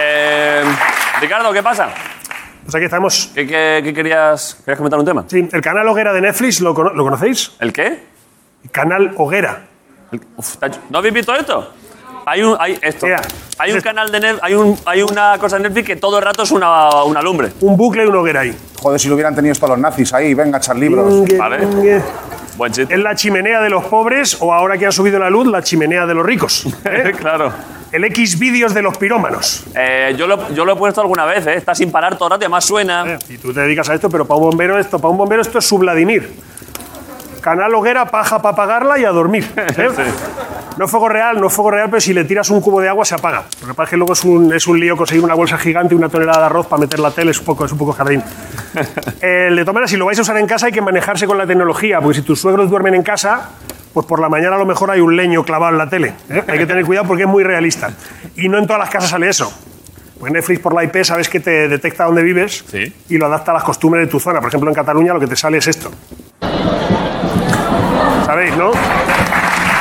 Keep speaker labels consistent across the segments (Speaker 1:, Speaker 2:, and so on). Speaker 1: Eh, Ricardo, ¿qué pasa?
Speaker 2: Pues aquí estamos.
Speaker 1: ¿Qué, qué- qué querías, querías comentar un tema?
Speaker 2: Sí, el canal Hoguera de Netflix, ¿lo, cono- ¿lo conocéis?
Speaker 1: ¿El qué?
Speaker 2: Canal Hoguera.
Speaker 1: El- Uf, tacho. ¿No habéis visto esto? Hay un, hay esto.
Speaker 2: Mira.
Speaker 1: Hay un canal de Netflix, hay, un, hay una cosa de Netflix que todo el rato es una, una lumbre.
Speaker 2: Un bucle y una hoguera ahí.
Speaker 3: Joder, si lo hubieran tenido esto los nazis ahí, venga a echar libros.
Speaker 2: Ingue,
Speaker 1: Vale.
Speaker 2: ingue.
Speaker 1: Buen chiste.
Speaker 2: Es la chimenea de los pobres o ahora que han subido la luz, la chimenea de los ricos. ¿eh?
Speaker 1: claro.
Speaker 2: El X vídeos de los pirómanos.
Speaker 1: Eh, yo, lo, yo lo he puesto alguna vez, ¿eh? Está sin parar todo el rato y además suena.
Speaker 2: Eh, Y tú te dedicas a esto, pero para un bombero esto, para un bombero esto es su Vladimir. Canal hoguera, paja para apagarla y a dormir. ¿eh? No es fuego real, no es fuego real, pero si le tiras un cubo de agua se apaga. Lo que pasa es que luego es un, es un lío conseguir una bolsa gigante y una tonelada de arroz para meter la tele, es un poco, es un poco jardín. Eh, de todas maneras, si lo vais a usar en casa hay que manejarse con la tecnología, porque si tus suegros duermen en casa, pues por la mañana a lo mejor hay un leño clavado en la tele. ¿eh? Hay que tener cuidado porque es muy realista. Y no en todas las casas sale eso. Pues Netflix por la IP sabes que te detecta dónde vives
Speaker 1: Sí.
Speaker 2: y lo adapta a las costumbres de tu zona. Por ejemplo, en Cataluña lo que te sale es esto. ¿Sabéis, no?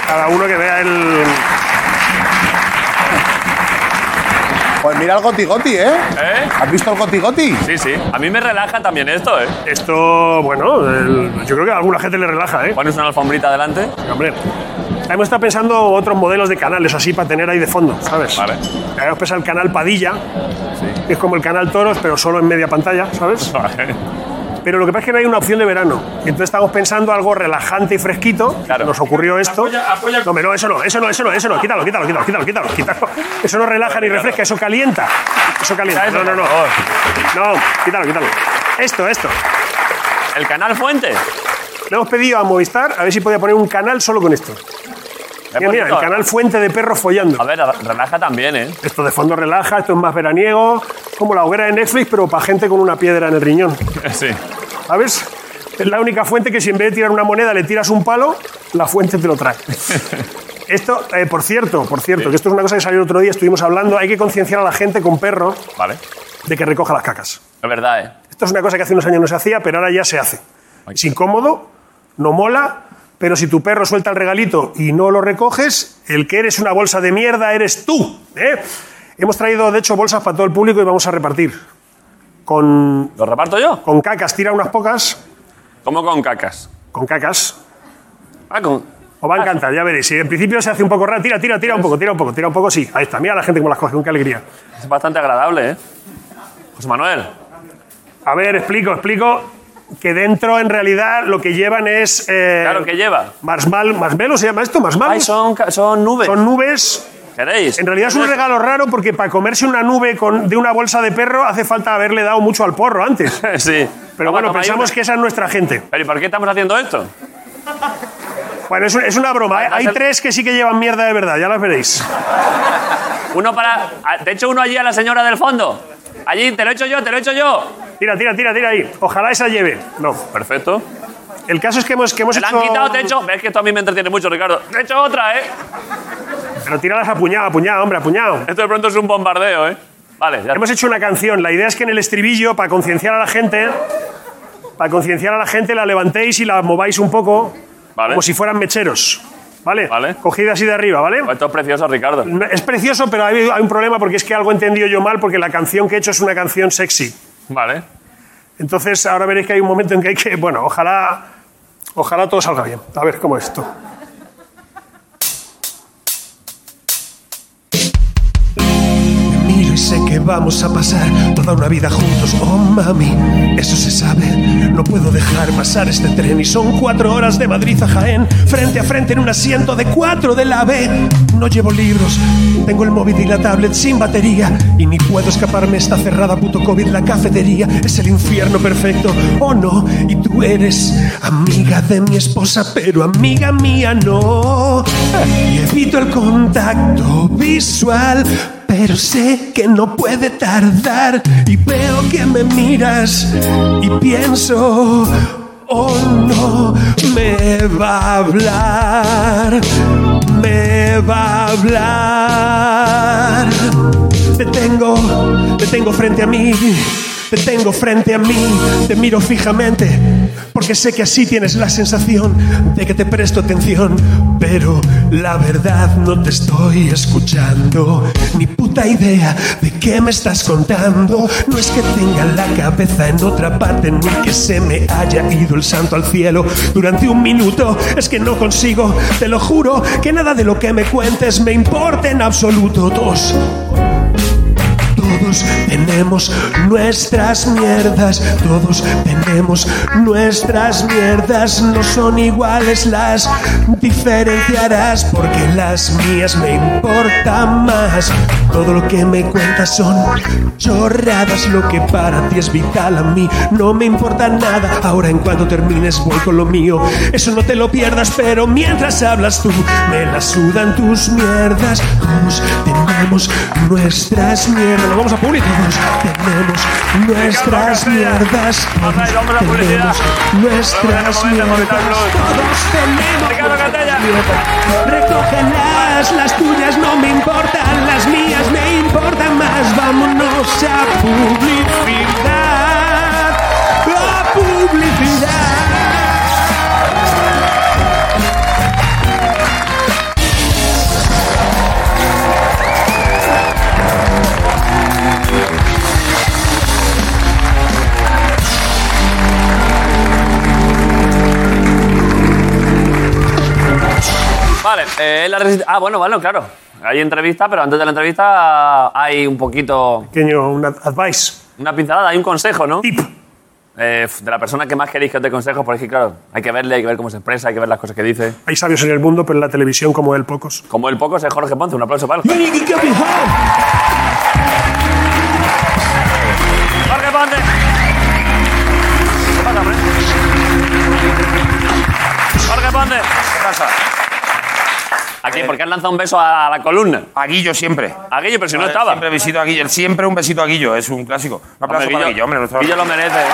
Speaker 2: Cada uno que vea el...
Speaker 3: Pues mira el Goti Goti, ¿eh?
Speaker 1: ¿Eh?
Speaker 3: ¿Has visto el Goti Goti?
Speaker 1: Sí, sí. A mí me relaja también esto, ¿eh?
Speaker 2: Esto, bueno, el- yo creo que a alguna gente le relaja, ¿eh?
Speaker 1: Pones una alfombrita delante.
Speaker 2: Hombre, hemos estado pensando otros modelos de canales así para tener ahí de fondo, ¿sabes?
Speaker 1: Vale.
Speaker 2: Hemos pensado el canal Padilla, que es como el canal Toros, pero solo en media pantalla, ¿sabes?
Speaker 1: Vale.
Speaker 2: Pero lo que pasa es que no hay una opción de verano. Entonces estamos pensando algo relajante y fresquito.
Speaker 1: Claro.
Speaker 2: Nos ocurrió esto.
Speaker 1: Apoya- apoya-
Speaker 2: No, hombre, no, eso no, eso no, eso no, eso no. Quítalo, quítalo, quítalo, quítalo, quítalo, quítalo. Eso no relaja ni refresca, eso calienta. Eso calienta.
Speaker 1: Quita
Speaker 2: No,
Speaker 1: eso,
Speaker 2: no, no.
Speaker 1: por favor.
Speaker 2: No, quítalo, quítalo. Esto, esto.
Speaker 1: El canal Fuente.
Speaker 2: Le hemos pedido a Movistar a ver si podía poner un canal solo con esto. Mira, mira, el canal Fuente de Perros Follando.
Speaker 1: A ver, relaja también, ¿eh?
Speaker 2: Esto de fondo relaja, esto es más veraniego, como la hoguera de Netflix, pero para gente con una piedra en el riñón.
Speaker 1: Sí.
Speaker 2: ¿Sabes? Es la única fuente que si en vez de tirar una moneda le tiras un palo, la fuente te lo trae. Esto, eh, por cierto, por cierto, que esto es una cosa que salió el otro día, estuvimos hablando, hay que concienciar a la gente con perro
Speaker 1: Vale.
Speaker 2: de que recoja las cacas.
Speaker 1: Es verdad, ¿eh?
Speaker 2: Esto es una cosa que hace unos años no se hacía, pero ahora ya se hace. Es incómodo, no mola, pero si tu perro suelta el regalito y no lo recoges, el que eres una bolsa de mierda eres tú. ¿eh? Hemos traído, de hecho, bolsas para todo el público y vamos a repartir. Con,
Speaker 1: ¿Lo reparto yo?
Speaker 2: con cacas, tira unas pocas,
Speaker 1: ¿Cómo con cacas?
Speaker 2: con cacas.
Speaker 1: Ah, con...
Speaker 2: Os va a encantar, ya veréis. Si en principio se hace un poco raro, tira, tira, tira un poco, tira un poco, tira un poco, sí. Ahí está, mira a la gente como las coge, con qué alegría.
Speaker 1: Es bastante agradable, ¿eh? José Manuel.
Speaker 2: A ver, explico, explico que dentro en realidad lo que llevan es... eh,
Speaker 1: Claro, ¿qué lleva?
Speaker 2: Marshmallow, marshmallow se llama esto,
Speaker 1: Ay,
Speaker 2: marshmallow.
Speaker 1: son, ca- son nubes.
Speaker 2: Son nubes.
Speaker 1: ¿Queréis?
Speaker 2: En realidad es un regalo raro porque para comerse una nube con- de una bolsa de perro hace falta haberle dado mucho al porro antes.
Speaker 1: sí.
Speaker 2: Pero bueno, pensamos que esa es nuestra gente.
Speaker 1: ¿Pero y por qué estamos haciendo esto?
Speaker 2: Bueno, es, un- es una broma. ¿eh?
Speaker 1: Además,
Speaker 2: Hay
Speaker 1: el-
Speaker 2: tres que sí que llevan mierda de verdad, ya las veréis.
Speaker 1: Uno para... ah, Te echo uno allí a la señora del fondo. Allí, te lo echo yo, te lo echo yo.
Speaker 2: Tira, tira, tira, tira ahí. Ojalá esa lleve. No.
Speaker 1: Perfecto.
Speaker 2: El caso es que hemos, que hemos
Speaker 1: Te la
Speaker 2: hecho...
Speaker 1: han quitado, te echo... Ves que esto a mí me entretiene mucho, Ricardo. Te echo otra, ¿eh?
Speaker 2: Pero tíralas apuñado, apuñado, hombre, apuñado.
Speaker 1: Esto de pronto es un bombardeo, ¿eh? Vale, ya
Speaker 2: Hemos hecho una canción. La idea es que en el estribillo, para concienciar a la gente, para concienciar a la gente, la levantéis y la mováis un poco,
Speaker 1: Vale.
Speaker 2: como si fueran mecheros. ¿Vale?
Speaker 1: Vale.
Speaker 2: Cogida así de arriba, ¿vale?
Speaker 1: Esto es precioso, Ricardo.
Speaker 2: No, Es precioso, pero hay, hay un problema porque es que algo he entendido yo mal, porque la canción que he hecho es una canción sexy.
Speaker 1: Vale.
Speaker 2: Entonces ahora veréis que hay un momento en que hay que. Bueno, ojalá. Ojalá todo salga bien. A ver cómo es esto.
Speaker 4: Te miro y sé que vamos a pasar toda una vida juntos, oh mami, eso se sabe. No puedo dejar pasar este tren y son cuatro horas de Madrid a Jaén, frente a frente en un asiento de cuatro de la B. No llevo libros, tengo el móvil y la tablet sin batería y ni puedo escaparme está cerrada puto covid la cafetería es el infierno perfecto, oh no. Y tú eres amiga de mi esposa, pero amiga mía no. Y evito el contacto visual, pero sé que no puede tardar. Y veo que me miras y pienso, oh no, me va a hablar, me va a hablar. Te tengo, te tengo frente a mí, te tengo frente a mí, te miro fijamente, porque sé que así tienes la sensación de que te presto atención, pero la verdad no te estoy escuchando, ni puta puta idea de qué me estás contando. No es que tenga la cabeza en otra parte, ni que se me haya ido el santo al cielo durante un minuto. Es que no consigo, te lo juro, que nada de lo que me cuentes me importa en absoluto. Dos. Todos tenemos nuestras mierdas, todos tenemos nuestras mierdas, no son iguales las diferenciarás porque las mías me importan más. Todo lo que me cuentas son chorradas, lo que para ti es vital a mí no me importa nada. Ahora en cuanto termines voy con lo mío, eso no te lo pierdas, pero mientras hablas tú me la sudan tus mierdas. Todos tenemos nuestras mierdas. Nos vamos a público. Todos tenemos nuestras
Speaker 1: Venga, vamos,
Speaker 4: mierdas.
Speaker 1: Vamos a ir, vamos a la
Speaker 4: Todos
Speaker 1: publicidad.
Speaker 4: tenemos nuestras
Speaker 1: Vamos a ir a la
Speaker 4: mierdas.
Speaker 1: publicidad,
Speaker 4: Todos
Speaker 1: Ricardo
Speaker 4: tenemos
Speaker 1: Cantella.
Speaker 4: nuestras mierdas. Recógelas, las tuyas no me importan, las mías me importan más. Vámonos a publicidad. A publicidad.
Speaker 1: Vale, eh, la resi- Ah, bueno, bueno, claro. Hay entrevista, pero antes de la entrevista hay un poquito.
Speaker 2: Pequeño, un ad- advice.
Speaker 1: Una pincelada, hay un consejo, ¿no?
Speaker 2: Tip.
Speaker 1: Eh, f- de la persona que más queréis que os dé consejos, porque es que, claro, hay que verle, hay que ver cómo se expresa, hay que ver las cosas que dice.
Speaker 2: Hay sabios en el mundo, pero en la televisión como él, pocos.
Speaker 1: Como el poco es Jorge Ponce, un aplauso para él.
Speaker 4: You need to get me home.
Speaker 1: ¡Jorge Ponce! ¿Qué pasa, hombre? ¡Jorge Ponce!
Speaker 5: ¿Qué pasa?
Speaker 1: Aquí, porque han lanzado un beso a la columna.
Speaker 5: A Guillo siempre.
Speaker 1: A Guillo, pero si no
Speaker 5: Joder,
Speaker 1: estaba.
Speaker 5: Siempre besito a Guillo. Siempre un besito a Guillo. Es un clásico. Un aplauso
Speaker 1: Hombre,
Speaker 5: para Guillo, hombre. nuestro-
Speaker 1: Guillo lo merece. ¿eh?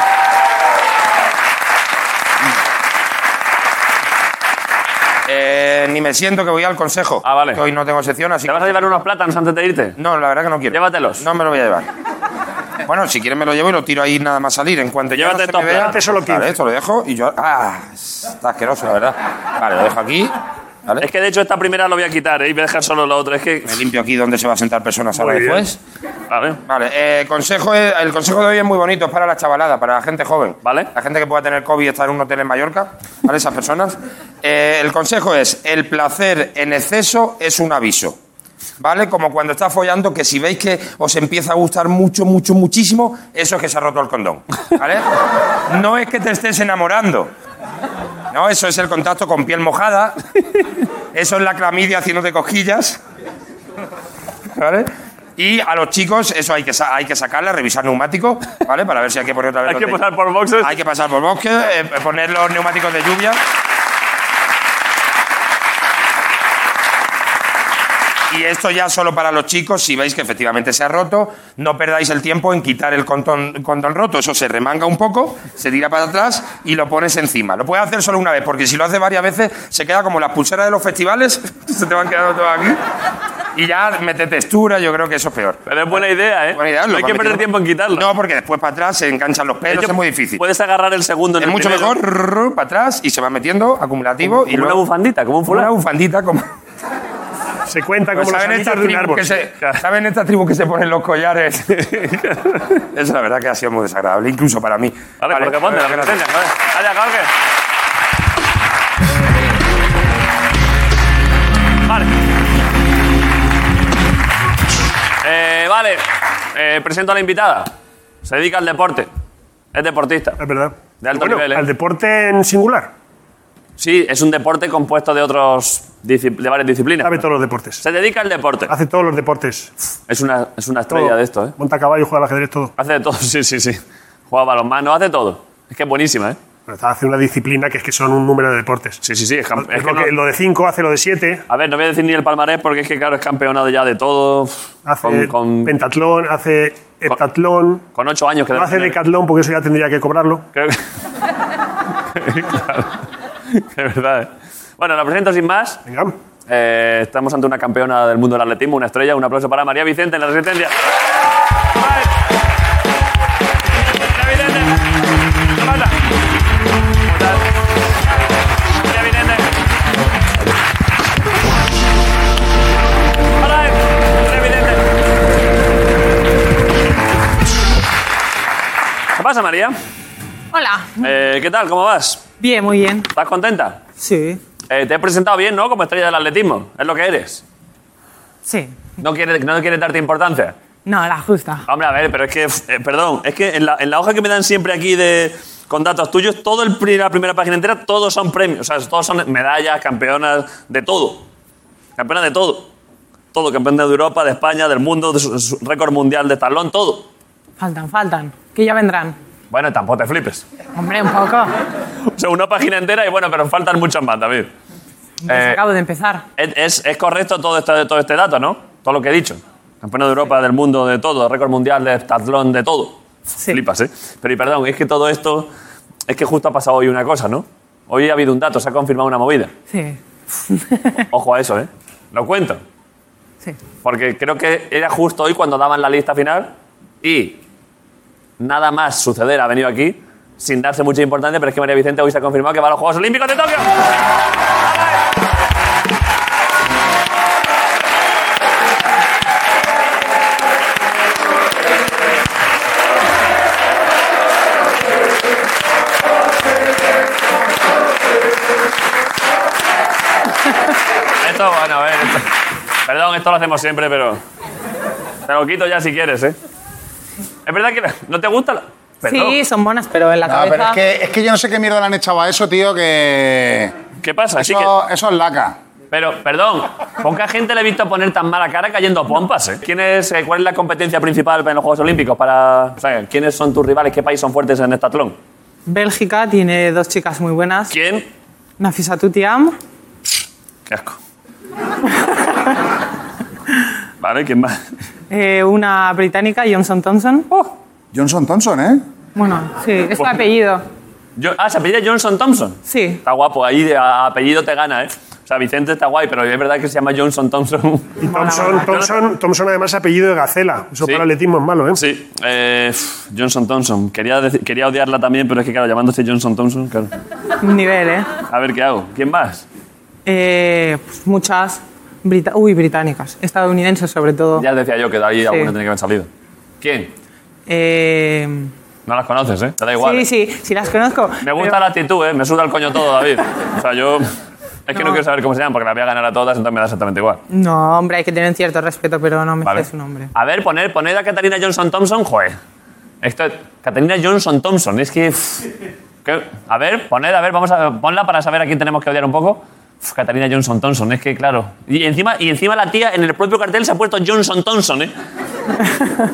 Speaker 5: Eh, ni me siento que voy al consejo.
Speaker 1: Ah, vale.
Speaker 5: Que hoy no tengo sección, así
Speaker 1: ¿Te vas a
Speaker 5: que-
Speaker 1: llevar unos plátanos antes de irte?
Speaker 5: No, la verdad que no quiero.
Speaker 1: Llévatelos.
Speaker 5: No me lo voy a llevar. Bueno, si quieres me lo llevo y lo tiro ahí nada más salir. En cuanto ya
Speaker 1: Llévate
Speaker 5: no se
Speaker 1: todo,
Speaker 5: me vea-
Speaker 1: llévate
Speaker 2: solo
Speaker 5: Claro,
Speaker 2: 15.
Speaker 5: esto lo dejo y yo... Ah, está asqueroso, la verdad. Vale, lo dejo aquí. ¿Vale?
Speaker 1: Es que de hecho esta primera lo voy a quitar ¿eh? y voy a dejar solo la otra. Es que.
Speaker 5: Me limpio aquí donde se va a sentar personas ahora
Speaker 2: Muy bien.
Speaker 5: después.
Speaker 1: A ver.
Speaker 5: Vale, eh, consejo es- el consejo de hoy es muy bonito, es para la chavalada, para la gente joven.
Speaker 1: Vale.
Speaker 5: La gente que pueda tener COVID y estar en un hotel en Mallorca, ¿vale? Esas personas. Eh, el consejo es, el placer en exceso es un aviso. ¿Vale? Como cuando estás follando, que si veis que os empieza a gustar mucho, mucho, muchísimo, eso es que se ha roto el condón. ¿Vale? No es que te estés enamorando. No, eso es el contacto con piel mojada. Eso es la clamidia haciéndote cosquillas. ¿Vale? Y a los chicos, eso hay que, sa- hay que sacarla, revisar neumáticos, ¿vale? Para ver si hay que poner otra vez.
Speaker 1: Hay
Speaker 5: los
Speaker 1: que
Speaker 5: de-
Speaker 1: pasar por boxes.
Speaker 5: Hay que pasar por bosque, eh, poner los neumáticos de lluvia. Y esto ya solo para los chicos, si veis que efectivamente se ha roto, no perdáis el tiempo en quitar el condón, condón roto. Eso se remanga un poco, se tira para atrás y lo pones encima. Lo puedes hacer solo una vez, porque si lo haces varias veces, se queda como las pulseras de los festivales, se te van quedando todas aquí. Y ya mete textura, yo creo que eso es peor.
Speaker 1: Pero es buena idea, ¿eh?
Speaker 5: Buena idea,
Speaker 1: no
Speaker 5: lo
Speaker 1: hay
Speaker 5: va
Speaker 1: que perder
Speaker 5: metiendo-
Speaker 1: tiempo en quitarlo.
Speaker 5: No, porque después para atrás se enganchan los
Speaker 1: De
Speaker 5: pelos,
Speaker 1: hecho,
Speaker 5: es muy difícil.
Speaker 1: Puedes agarrar el segundo. en
Speaker 5: Es
Speaker 1: el
Speaker 5: mucho
Speaker 1: primero.
Speaker 5: mejor rrr, para atrás y se va metiendo acumulativo y
Speaker 1: Como una
Speaker 5: luego-
Speaker 1: bufandita, como un
Speaker 5: una
Speaker 1: fulano.
Speaker 5: bufandita como
Speaker 2: Se cuenta
Speaker 1: Pues
Speaker 2: como los
Speaker 5: saben
Speaker 2: anillos
Speaker 5: estas
Speaker 2: de un
Speaker 5: tribus
Speaker 2: árbol.
Speaker 5: que se saben estas tribus que se ponen los collares. Eso la verdad que ha sido muy desagradable incluso para mí.
Speaker 1: Vale, porque ponte la
Speaker 5: gracias.
Speaker 1: competencia. Vale, Vaya, Jorge. Vale. Eh, vale. Eh, presento a la invitada. Se dedica al deporte. Es deportista.
Speaker 2: Es verdad.
Speaker 1: De alto
Speaker 2: Bueno,
Speaker 1: nivel, ¿eh?
Speaker 2: Al deporte en singular.
Speaker 1: Sí, es un deporte compuesto de otros disci- de varias disciplinas.
Speaker 2: Sabe todos los deportes.
Speaker 1: Se dedica al deporte.
Speaker 2: Hace todos los deportes.
Speaker 1: Es una, es una estrella
Speaker 2: Todo.
Speaker 1: de esto, ¿eh?
Speaker 2: Monta a caballo, juega al ajedrez, todo.
Speaker 1: Hace de todo, sí, sí, sí. Juega balonmano, hace todo. Es que es buenísima, ¿eh?
Speaker 2: Pero está- hace una disciplina que es que son un número de deportes.
Speaker 1: Sí, sí, sí. Es, cam- es
Speaker 2: Es
Speaker 1: que
Speaker 2: lo,
Speaker 1: no-
Speaker 2: que- lo de 5 hace lo de 7,
Speaker 1: a ver, no voy a decir ni el palmarés porque es que, claro, es campeonado ya de todo.
Speaker 2: hace
Speaker 1: Con, con,
Speaker 2: pentatlón, hace heptatlón,
Speaker 1: con ocho años que
Speaker 2: no hace decatlón porque eso ya tendría que cobrarlo.
Speaker 1: Creo que... Claro. Es verdad, ¿eh? Bueno, la presento sin más.
Speaker 2: Venga,
Speaker 1: Eh, estamos ante una campeona del mundo del atletismo, una estrella. Un aplauso para María Vicente en la resistencia. Vale. María Vicente. ¿Qué pasa? ¿Cómo estás? María Vicente. Hola, María Vicente. ¿Qué pasa, María?
Speaker 6: Hola.
Speaker 1: Eh, ¿Qué tal? ¿Cómo vas?
Speaker 6: Bien, muy bien.
Speaker 1: ¿Estás contenta?
Speaker 6: Sí.
Speaker 1: Eh, te he presentado bien, ¿no? Como estrella del atletismo. Es lo que eres.
Speaker 6: Sí.
Speaker 1: No quieres, no quieres darte importancia.
Speaker 6: No, la justa.
Speaker 1: Hombre, a ver, pero es que, eh, perdón, es que en la, en la hoja que me dan siempre aquí de, con datos tuyos, todo el pri- la primera página entera, todos son premios, o sea, todos son medallas, campeonas, de todo. Campeonas de todo. Todo, campeona de Europa, de España, del mundo, de su, su récord mundial de talón, todo.
Speaker 6: Faltan, faltan. Que ya vendrán.
Speaker 1: Bueno, tampoco te flipes.
Speaker 6: Hombre, un poco.
Speaker 1: O sea, una página entera y bueno, pero faltan muchas más también.
Speaker 6: Pues
Speaker 1: Eh,
Speaker 6: acabo de empezar.
Speaker 1: Es, es- es correcto todo este, todo este dato, ¿no? Todo lo que he dicho. Campeona de Europa, del mundo, de todo, récord mundial de tatlón, de todo. Flipas, ¿eh? Pero y perdón, es que todo esto. Es que justo ha pasado hoy una cosa, ¿no? Hoy ha habido un dato, se ha confirmado una movida.
Speaker 6: Sí.
Speaker 1: Ojo a eso, ¿eh? Lo cuento.
Speaker 6: Sí.
Speaker 1: Porque creo que era justo hoy cuando daban la lista final y nada más suceder ha venido aquí sin darse mucha importancia, pero es que María Vicente hoy se ha confirmado que va a los Juegos Olímpicos de Tokio. Esto, bueno, a ver. esto- Perdón, esto lo hacemos siempre, pero. Te lo quito ya si quieres, ¿eh? Es verdad que la- no te gusta la. Perdón.
Speaker 6: Sí, son buenas, pero en la
Speaker 3: No, pero
Speaker 6: cabeza.
Speaker 3: es que, es que yo no sé qué mierda le han echado a eso, tío, que.
Speaker 1: ¿Qué pasa? Sí que-
Speaker 3: Eso, eso es laca.
Speaker 1: Pero, perdón, poca gente le he visto poner tan mala cara cayendo a pompas, ¿eh? ¿Quién es, eh, ¿Cuál es la competencia principal en los Juegos Olímpicos? Para, o sea, ¿Quiénes son tus rivales? ¿Qué país son fuertes en estatlón?
Speaker 6: Bélgica tiene dos chicas muy buenas.
Speaker 1: ¿Quién?
Speaker 6: Nafisa Tutiam.
Speaker 1: Qué asco. vale, ¿quién más?
Speaker 6: eh, una británica, Johnson Thompson.
Speaker 3: Johnson Thompson, ¿eh?
Speaker 6: Bueno, sí, es su
Speaker 1: Bueno.
Speaker 6: apellido.
Speaker 1: Yo- ah, se apellida Johnson Thompson.
Speaker 6: Sí.
Speaker 1: Está guapo, ahí de a- apellido te gana, ¿eh? O sea, Vicente está guay, pero es verdad que se llama Johnson Thompson.
Speaker 2: Y Thompson, Thompson, Thompson, además, apellido de Gacela. Eso
Speaker 1: Sí.
Speaker 2: para el atletismo es malo, ¿eh?
Speaker 1: Sí, eh, pf, Johnson Thompson. Quería, deci- quería odiarla también, pero es que, claro, llamándose Johnson Thompson, claro.
Speaker 6: Un nivel, ¿eh?
Speaker 1: A ver qué hago. ¿Quién más?
Speaker 6: Eh, pues muchas. brita- Uy, británicas. Estadounidenses, sobre todo.
Speaker 1: Ya decía yo que de ahí alguna tiene que haber salido. ¿Quién?
Speaker 6: Eh,
Speaker 1: No las conoces, ¿eh? Te da igual. ¿eh?
Speaker 6: Sí, sí, sí las conozco.
Speaker 1: Me gusta
Speaker 6: pero-
Speaker 1: la actitud, ¿eh? Me suda el coño todo, David. O sea, yo. Es que no.
Speaker 6: No.
Speaker 1: quiero saber cómo se llaman porque las voy a ganar a todas, entonces me da exactamente igual.
Speaker 6: No, hombre, hay que tener cierto respeto, pero no me
Speaker 1: ¿Vale?
Speaker 6: sé su nombre.
Speaker 1: A ver, poner, poner a Catalina Johnson Thompson, joder. Esto, Catalina Johnson Thompson, es que. pff, que- a ver, poner, a ver, vamos a ponla para saber a quién tenemos que odiar un poco. Pff, Catalina Johnson Thompson, es que claro. Y encima, y encima la tía en el propio cartel se ha puesto Johnson Thompson, ¿eh?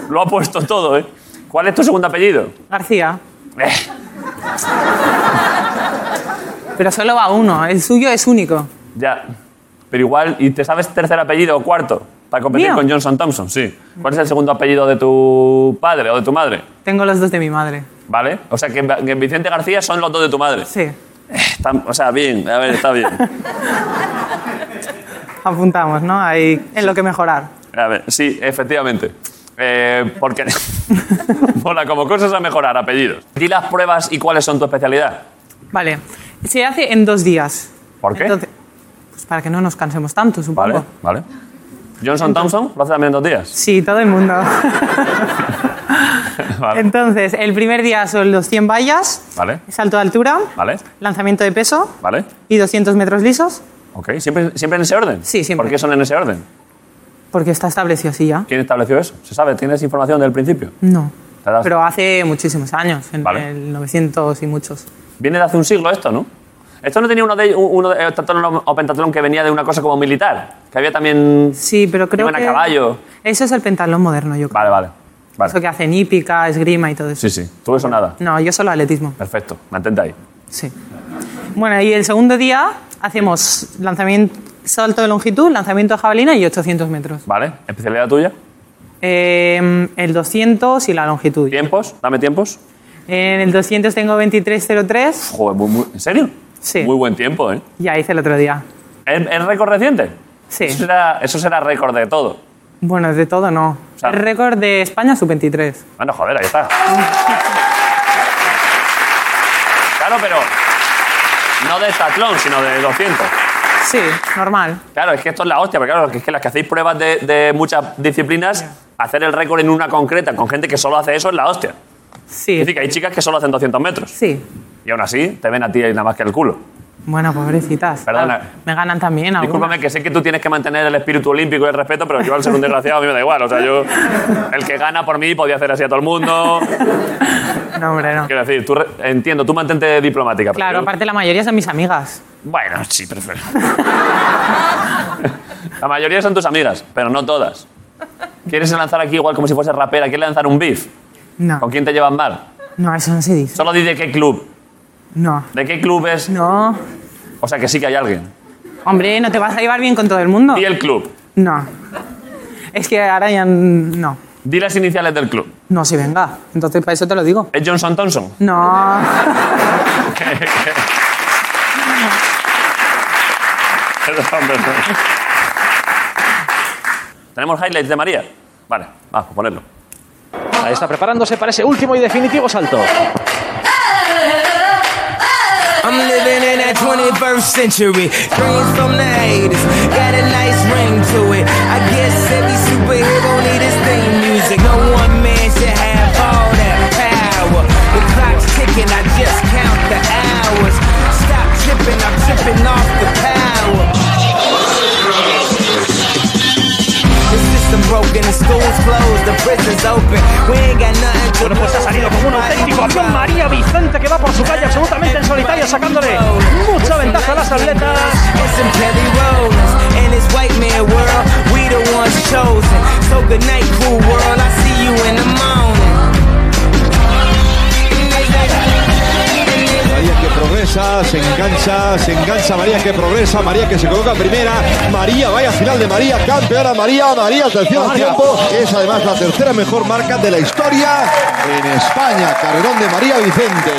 Speaker 1: Lo ha puesto todo, ¿eh? ¿Cuál es tu segundo apellido?
Speaker 6: García.
Speaker 1: Eh,
Speaker 6: Pero solo va uno, el suyo es único.
Speaker 1: ya. Pero igual, ¿y te sabes tercer apellido o cuarto? Para competir
Speaker 6: ¿Mío?
Speaker 1: con Johnson Thompson, sí. ¿Cuál es el segundo apellido de tu padre o de tu madre?
Speaker 6: Tengo los dos de mi madre.
Speaker 1: ¿Vale? O sea, que, que Vicente García son los dos de tu madre.
Speaker 6: Sí,
Speaker 1: Está- o sea, bien, a ver, está bien.
Speaker 6: apuntamos, ¿no? Hay en lo que mejorar.
Speaker 1: A ver, sí, efectivamente. Eh, porque. Mola, como cosas a mejorar, apellidos. Di las pruebas y cuáles son tu especialidad.
Speaker 6: Vale, se hace en dos días.
Speaker 1: ¿Por qué?
Speaker 6: Entonces- pues para que no nos cansemos tanto, supongo.
Speaker 1: Vale, vale. Johnson Thompson lo hace también en dos días.
Speaker 6: Sí, todo el mundo.
Speaker 1: Vale.
Speaker 6: Entonces, el primer día son los 100 vallas,
Speaker 1: Vale,
Speaker 6: salto de altura,
Speaker 1: vale,
Speaker 6: lanzamiento de peso
Speaker 1: vale.
Speaker 6: y 200 metros lisos,
Speaker 1: Ok, ¿Siempre, ¿siempre en ese orden?
Speaker 6: Sí, siempre.
Speaker 1: ¿Por qué son en ese orden?
Speaker 6: porque está establecido así ya.
Speaker 1: ¿Quién estableció eso? ¿Se sabe? ¿Tienes información del principio?
Speaker 6: No.
Speaker 1: Te das-
Speaker 6: Pero hace muchísimos años, en
Speaker 1: Vale.
Speaker 6: el 900 y muchos.
Speaker 1: Viene de hace un siglo esto, ¿no? Esto no tenía uno de, uno de- eh, tatlón o pentatlón que venía de una cosa como militar, que había también...
Speaker 6: Sí, pero creo
Speaker 1: Iban a
Speaker 6: que...
Speaker 1: caballo.
Speaker 6: Eso es el pentatlón moderno, yo creo.
Speaker 1: Vale, vale.
Speaker 6: Eso
Speaker 1: vale.
Speaker 6: que hacen hípica, esgrima y todo eso.
Speaker 1: Sí, sí. Tú eso nada.
Speaker 6: No, yo solo atletismo,
Speaker 1: Perfecto. Mantente ahí.
Speaker 6: sí. Bueno, y el segundo día hacemos lanzamiento, salto de longitud, lanzamiento de jabalina y 800 metros.
Speaker 1: ¿Vale? Especialidad tuya.
Speaker 6: Eh, el 200 y la longitud.
Speaker 1: Tiempos. Dame tiempos.
Speaker 6: En el 200 tengo 23.03,
Speaker 1: Joder, muy, muy- ¿en serio?
Speaker 6: Sí.
Speaker 1: Muy buen tiempo, ¿eh?
Speaker 6: ya hice el otro día.
Speaker 1: ¿Es, es récord reciente?
Speaker 6: Sí.
Speaker 1: Eso será, eso será récord de todo.
Speaker 6: Bueno, de todo no.
Speaker 1: sea-
Speaker 6: El récord de España sub-23.
Speaker 1: Bueno, joder, ahí está. Claro, pero no de tatlón, sino de 200.
Speaker 6: Sí, normal.
Speaker 1: Claro, es que esto es la hostia, porque claro, es que las que hacéis pruebas de, de muchas disciplinas, hacer el récord en una concreta con gente que solo hace eso es la hostia. Es
Speaker 6: Sí,
Speaker 1: decir, que hay chicas que solo hacen 200 metros.
Speaker 6: sí.
Speaker 1: Y aún así, te ven a ti nada más que el culo.
Speaker 6: Bueno, pobrecitas.
Speaker 1: Perdona.
Speaker 6: Me ganan también algunas.
Speaker 1: Discúlpame, que sé que tú tienes que mantener el espíritu olímpico y el respeto, pero yo al ser un desgraciado a mí me da igual. O sea, yo. El que gana por mí podía hacer así a todo el mundo.
Speaker 6: No, hombre, no.
Speaker 1: Quiero decir, tú re- entiendo, tú mantente diplomática. pero
Speaker 6: Claro,
Speaker 1: yo-
Speaker 6: aparte la mayoría son mis amigas.
Speaker 1: Bueno, sí, prefiero. La mayoría son tus amigas, pero no todas. ¿Quieres lanzar aquí igual como si fuese rapera? ¿Quieres lanzar un beef?
Speaker 6: No,
Speaker 1: ¿Con quién te llevas mal?
Speaker 6: no, eso no se dice.
Speaker 1: Solo di de qué club.
Speaker 6: No,
Speaker 1: ¿De qué club es?
Speaker 6: no.
Speaker 1: O sea, que sí que hay alguien.
Speaker 6: Hombre, ¿no te vas a llevar bien con todo el mundo?
Speaker 1: Di el club.
Speaker 6: No. Es que ahora ya n- no.
Speaker 1: Di las iniciales del club.
Speaker 6: No, si venga. Entonces, para eso te lo digo.
Speaker 1: ¿Es Johnson Thompson?
Speaker 6: No.
Speaker 1: Perdón, perdón. ¿Tenemos highlights de María? Vale, pues vamos a ponerlo.
Speaker 2: Ahí está preparándose para ese último y definitivo salto.
Speaker 4: I'm living in that 21st century. Dreams from the haters, got a nice ring to it. I guess every superhero need his theme music. No one man should have all that power. The clock's ticking, I just count the hours. Stop tripping, I'm tripping off the power. The system broken, the school's closed, the prison's open. We ain't got nothing to
Speaker 2: Bueno, pues ha salido como un auténtico avión María Vicente que va por su calle absolutamente en solitario sacándole mucha ventaja a las atletas.
Speaker 4: It's some Kelly Rollins and this white man world. We the ones chosen. So good night, cool world. I see you in the morning.
Speaker 7: María que progresa, se engancha, se engancha María que progresa, María que se coloca en primera, María, vaya final de María, campeona María, María, atención al tiempo, es además la tercera mejor marca de la historia en España, carrerón de María Vicente.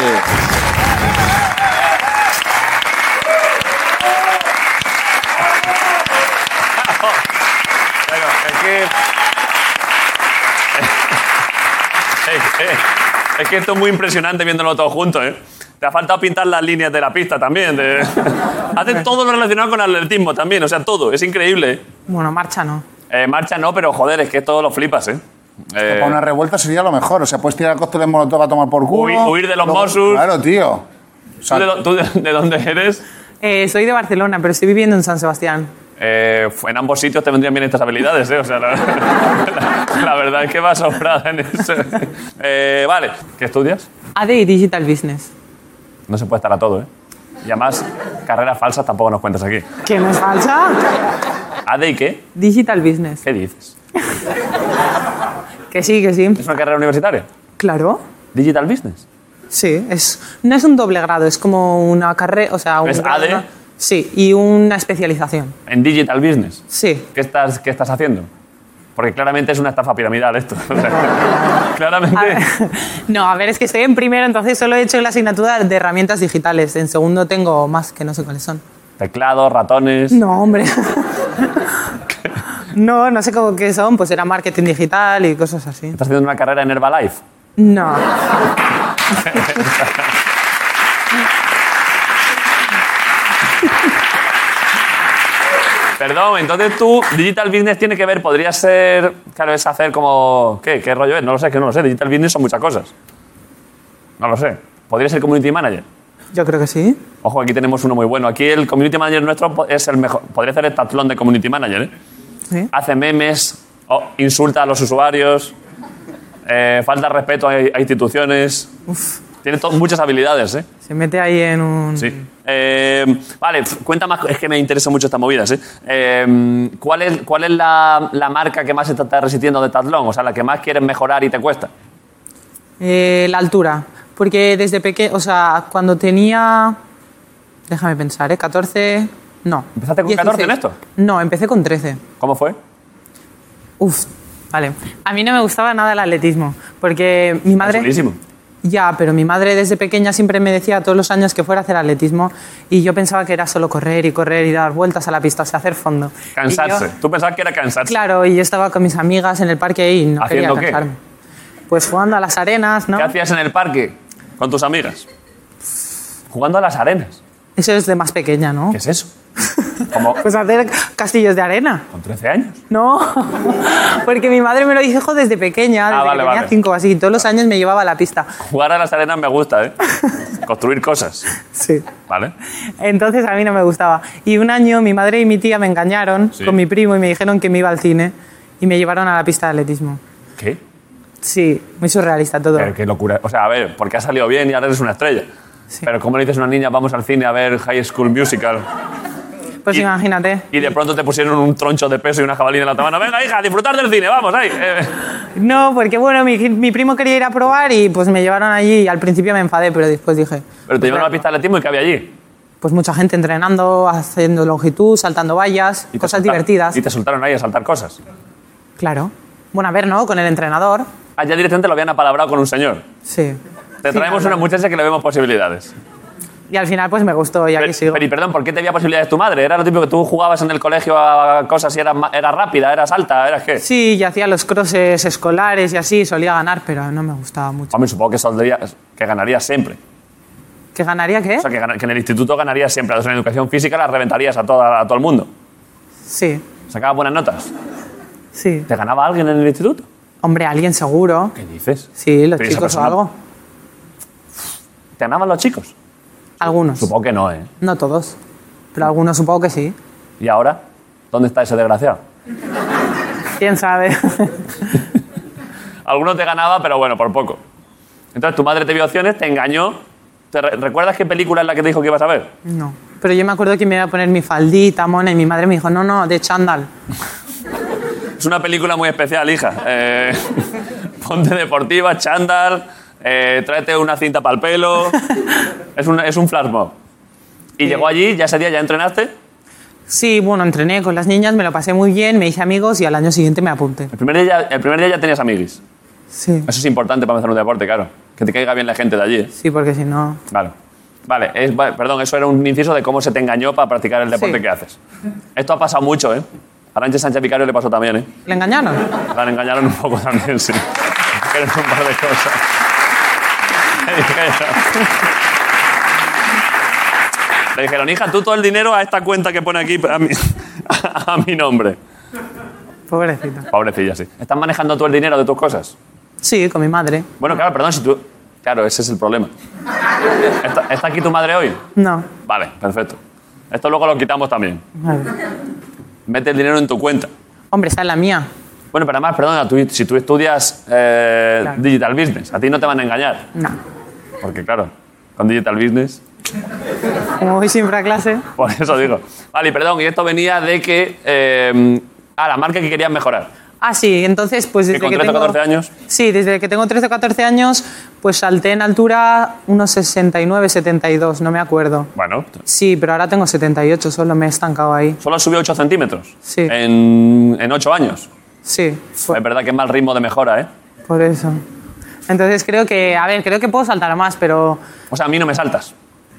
Speaker 1: Bueno, es que... Es que... es que esto es muy impresionante viéndolo todos juntos, ¿eh? Te ha faltado pintar las líneas de la pista también. de- Hace todo lo relacionado con atletismo también, o sea, todo. Es increíble.
Speaker 6: Bueno, marcha no.
Speaker 1: Eh, marcha no, pero joder, es que todo lo flipas, ¿eh? Eh,
Speaker 3: Para una revuelta sería lo mejor. O sea, puedes tirar cócteles molotov a tomar por culo.
Speaker 1: Huir- huir de los
Speaker 3: Luego-
Speaker 1: Mossos.
Speaker 3: Claro, tío. O
Speaker 1: ¿tú
Speaker 3: sea,
Speaker 1: de, lo- tú de- de dónde eres?
Speaker 6: Eh, soy de Barcelona, pero estoy viviendo en San Sebastián.
Speaker 1: Eh, en ambos sitios te vendrían bien estas habilidades, ¿eh? O sea, la, la- la verdad es que vas sobrada en eso. Eh, vale, ¿qué estudias?
Speaker 6: AD y Digital Business.
Speaker 1: No se puede estar a todo, ¿eh? Y además, carreras falsas tampoco nos cuentas aquí.
Speaker 6: ¿Qué no es falsa?
Speaker 1: ¿AD y qué?
Speaker 6: Digital Business.
Speaker 1: ¿Qué dices?
Speaker 6: Que sí, que sí.
Speaker 1: ¿Es una carrera universitaria?
Speaker 6: Claro.
Speaker 1: ¿Digital Business?
Speaker 6: Sí, es, no es un doble grado, es como una carrera, o sea, un
Speaker 1: ¿Es
Speaker 6: grado-
Speaker 1: AD?
Speaker 6: Sí, y una especialización.
Speaker 1: ¿En Digital Business?
Speaker 6: Sí.
Speaker 1: ¿Qué estás, qué estás haciendo? Porque claramente es una estafa piramidal esto. O sea,
Speaker 6: A ver-
Speaker 1: claramente.
Speaker 6: no, a ver, es que estoy en primero, entonces solo he hecho la asignatura de herramientas digitales. En segundo tengo más que no sé cuáles son.
Speaker 1: Teclados, ratones.
Speaker 6: No, hombre. no, no sé cómo qué son, pues era marketing digital y cosas así.
Speaker 1: ¿Estás haciendo una carrera en Herbalife?
Speaker 6: No.
Speaker 1: Perdón, entonces tú, digital business tiene que ver, podría ser, claro, es hacer como, ¿qué? ¿Qué rollo es? No lo sé, que no lo sé. Digital business son muchas cosas. No lo sé. Podría ser community manager.
Speaker 6: Yo creo que sí.
Speaker 1: Ojo, aquí tenemos uno muy bueno. Aquí el community manager nuestro po- es el mejor. Podría ser el tatlón de community manager, ¿eh?
Speaker 6: Sí.
Speaker 1: Hace memes, o insulta a los usuarios, eh, falta respeto a, a instituciones.
Speaker 6: Uf,
Speaker 1: Tiene to- muchas habilidades, ¿eh?
Speaker 6: se mete ahí en un.
Speaker 1: Sí. Eh, vale, pf, cuenta más. Es que me interesan mucho estas movidas. ¿eh? Eh, cuál es, cuál es la, la marca que más se está resistiendo de Tatlón? O sea, la que más quieres mejorar y te cuesta.
Speaker 6: Eh, la altura. Porque desde pequeño, o sea, cuando tenía. Déjame pensar, ¿eh? 14. No.
Speaker 1: ¿Empezaste con 14 en esto?
Speaker 6: No, empecé con 13.
Speaker 1: ¿Cómo fue?
Speaker 6: Uf, vale. A mí no me gustaba nada el atletismo. Porque mi madre.
Speaker 1: Chulísimo.
Speaker 6: Ya, pero mi madre desde pequeña siempre me decía todos los años que fuera a hacer atletismo y yo pensaba que era solo correr y correr y dar vueltas a la pista, o sea, hacer fondo. Y yo-
Speaker 1: Cansarse. Tú pensabas que era cansarse.
Speaker 6: claro, y yo estaba con mis amigas en el parque y no
Speaker 1: ¿Haciendo qué?
Speaker 6: quería cansarme. Pues jugando a las arenas, ¿no?
Speaker 1: ¿Qué hacías en el parque con tus amigas? Jugando a las arenas.
Speaker 6: Eso es de más pequeña, ¿no?
Speaker 1: ¿Qué es eso? Como
Speaker 6: Pues hacer castillos de arena.
Speaker 1: con 13 años.
Speaker 6: No, porque mi madre me lo dijo desde pequeña, desde
Speaker 1: Ah, vale,
Speaker 6: que tenía
Speaker 1: vale.
Speaker 6: cinco, así todos los años me llevaba a la pista.
Speaker 1: Jugar a las arenas me gusta, ¿eh? Construir cosas,
Speaker 6: Sí.
Speaker 1: ¿vale?
Speaker 6: Entonces a mí no me gustaba. Y un año mi madre y mi tía me engañaron
Speaker 1: Sí.
Speaker 6: con mi primo y me dijeron que me iba al cine y me llevaron a la pista de atletismo.
Speaker 1: ¿Qué?
Speaker 6: Sí, muy surrealista todo.
Speaker 1: Pero qué locura. O sea, a ver, porque ha salido bien y ahora eres una estrella. Pero ¿cómo le dices a una niña, vamos al cine a ver High School Musical?
Speaker 6: Pues
Speaker 1: y-
Speaker 6: imagínate.
Speaker 1: Y de pronto te pusieron un troncho de peso y una jabalina en la otra mano. Venga, hija, a disfrutar del cine, vamos, ahí. Eh,
Speaker 6: No, porque bueno, mi, mi primo quería ir a probar y pues me llevaron allí y al principio me enfadé, pero después dije,
Speaker 1: Pero te llevaron a la pista de atletismo y ¿qué había allí?
Speaker 6: pues mucha gente entrenando, haciendo longitud, saltando vallas,
Speaker 1: Y te
Speaker 6: cosas
Speaker 1: soltaron-
Speaker 6: divertidas.
Speaker 1: Y te soltaron ahí a saltar cosas.
Speaker 6: Claro. Bueno, a ver, ¿no? Con el entrenador.
Speaker 1: Allá directamente lo habían apalabrado con un señor.
Speaker 6: Sí.
Speaker 1: Te
Speaker 6: Sí,
Speaker 1: traemos una
Speaker 6: nada.
Speaker 1: muchacha que le vemos posibilidades.
Speaker 6: Y al final pues me gustó y aquí
Speaker 1: Pero,
Speaker 6: sigo.
Speaker 1: pero, y perdón, ¿por qué te había posibilidades tu madre? ¿Era lo típico que tú jugabas en el colegio a cosas y eras, ma- eras rápida, eras alta, eras qué?
Speaker 6: Sí, y hacía los crosses escolares y así, solía ganar, pero no me gustaba mucho.
Speaker 1: Hombre, Pues supongo que, saldría, que ganarías siempre. Ah.
Speaker 6: ¿Que ganaría qué?
Speaker 1: O sea, que, gana- que en el instituto ganarías siempre. O sea, en educación física las reventarías a, toda, a todo el mundo.
Speaker 6: Sí,
Speaker 1: Sacabas buenas notas.
Speaker 6: sí.
Speaker 1: ¿Te ganaba alguien en el instituto?
Speaker 6: Hombre, alguien seguro.
Speaker 1: ¿Qué dices?
Speaker 6: Sí, los
Speaker 1: Pero esa
Speaker 6: chicos o
Speaker 1: persona-
Speaker 6: algo.
Speaker 1: ¿Te ganaban los chicos?
Speaker 6: Algunos.
Speaker 1: Supongo que no, ¿eh?
Speaker 6: No todos. Pero algunos supongo que sí.
Speaker 1: ¿Y ahora? ¿Dónde está ese desgraciado?
Speaker 6: ¿Quién sabe?
Speaker 1: Alguno te ganaba, pero bueno, por poco. Entonces tu madre te vio opciones, te engañó. ¿Te re- ¿Recuerdas qué película es la que te dijo que ibas a ver?
Speaker 6: no. Pero yo me acuerdo que me iba a poner mi faldita, mona, y mi madre me dijo, no, no, de chándal.
Speaker 1: Es una película muy especial, hija. Eh, ponte deportiva, chándal, eh, tráete una cinta para el pelo. Es un, es un flash mob. Y llegó allí, ya ese día ya entrenaste.
Speaker 6: Sí, bueno, entrené con las niñas, me lo pasé muy bien, me hice amigos y al año siguiente me apunté.
Speaker 1: El primer día, ya- el primer día ya tenías amiguis.
Speaker 6: Sí.
Speaker 1: Eso es importante para empezar un deporte, claro. Que te caiga bien la gente de allí. ¿eh?
Speaker 6: Sí, porque si no...
Speaker 1: Vale. Vale, es- va- perdón, eso era un inciso de cómo se te engañó para practicar el deporte
Speaker 6: Sí.
Speaker 1: que haces. Esto ha pasado mucho, ¿eh? A Arancha Sánchez Vicario le pasó también, ¿eh?
Speaker 6: ¿Le engañaron?
Speaker 1: La engañaron un poco también, sí. Dijeron un par de cosas. Le dijeron, Le dijeron, hija, tú todo el dinero a esta cuenta que pone aquí a mi, a mi nombre.
Speaker 6: Pobrecita.
Speaker 1: Pobrecilla, sí. ¿Estás manejando tú el dinero de tus cosas?
Speaker 6: Sí, con mi madre.
Speaker 1: Bueno, claro, perdón, si tú... Claro, ese es el problema. ¿Está, está aquí tu madre hoy?
Speaker 6: No.
Speaker 1: Vale, perfecto. Esto luego lo quitamos también.
Speaker 6: Vale.
Speaker 1: Mete el dinero en tu cuenta.
Speaker 6: Hombre, esa es la mía.
Speaker 1: Bueno, pero además, perdona, tú- si tú estudias eh,
Speaker 6: Claro.
Speaker 1: digital business, a ti no te van a engañar.
Speaker 6: No.
Speaker 1: Porque claro, con digital business,
Speaker 6: Como voy siempre a clase.
Speaker 1: por eso digo. Vale, y perdón, y esto venía de que... eh, ah, la marca que querías mejorar.
Speaker 6: Ah, sí, entonces, pues
Speaker 1: Que
Speaker 6: desde
Speaker 1: con
Speaker 6: que
Speaker 1: 13 o
Speaker 6: tengo...
Speaker 1: 14 años...
Speaker 6: Sí, desde que tengo 13 o 14 años, pues salté en altura unos 69, 72, no me acuerdo.
Speaker 1: Bueno,
Speaker 6: Sí, pero ahora tengo 78, solo me he estancado ahí.
Speaker 1: solo has subido 8 centímetros.
Speaker 6: Sí.
Speaker 1: En, en 8 años.
Speaker 6: Sí, fue-
Speaker 1: Es verdad que es mal ritmo de mejora, ¿eh?
Speaker 6: por eso. Entonces creo que, a ver, creo que puedo saltar más, pero
Speaker 1: O sea, a mí no me saltas.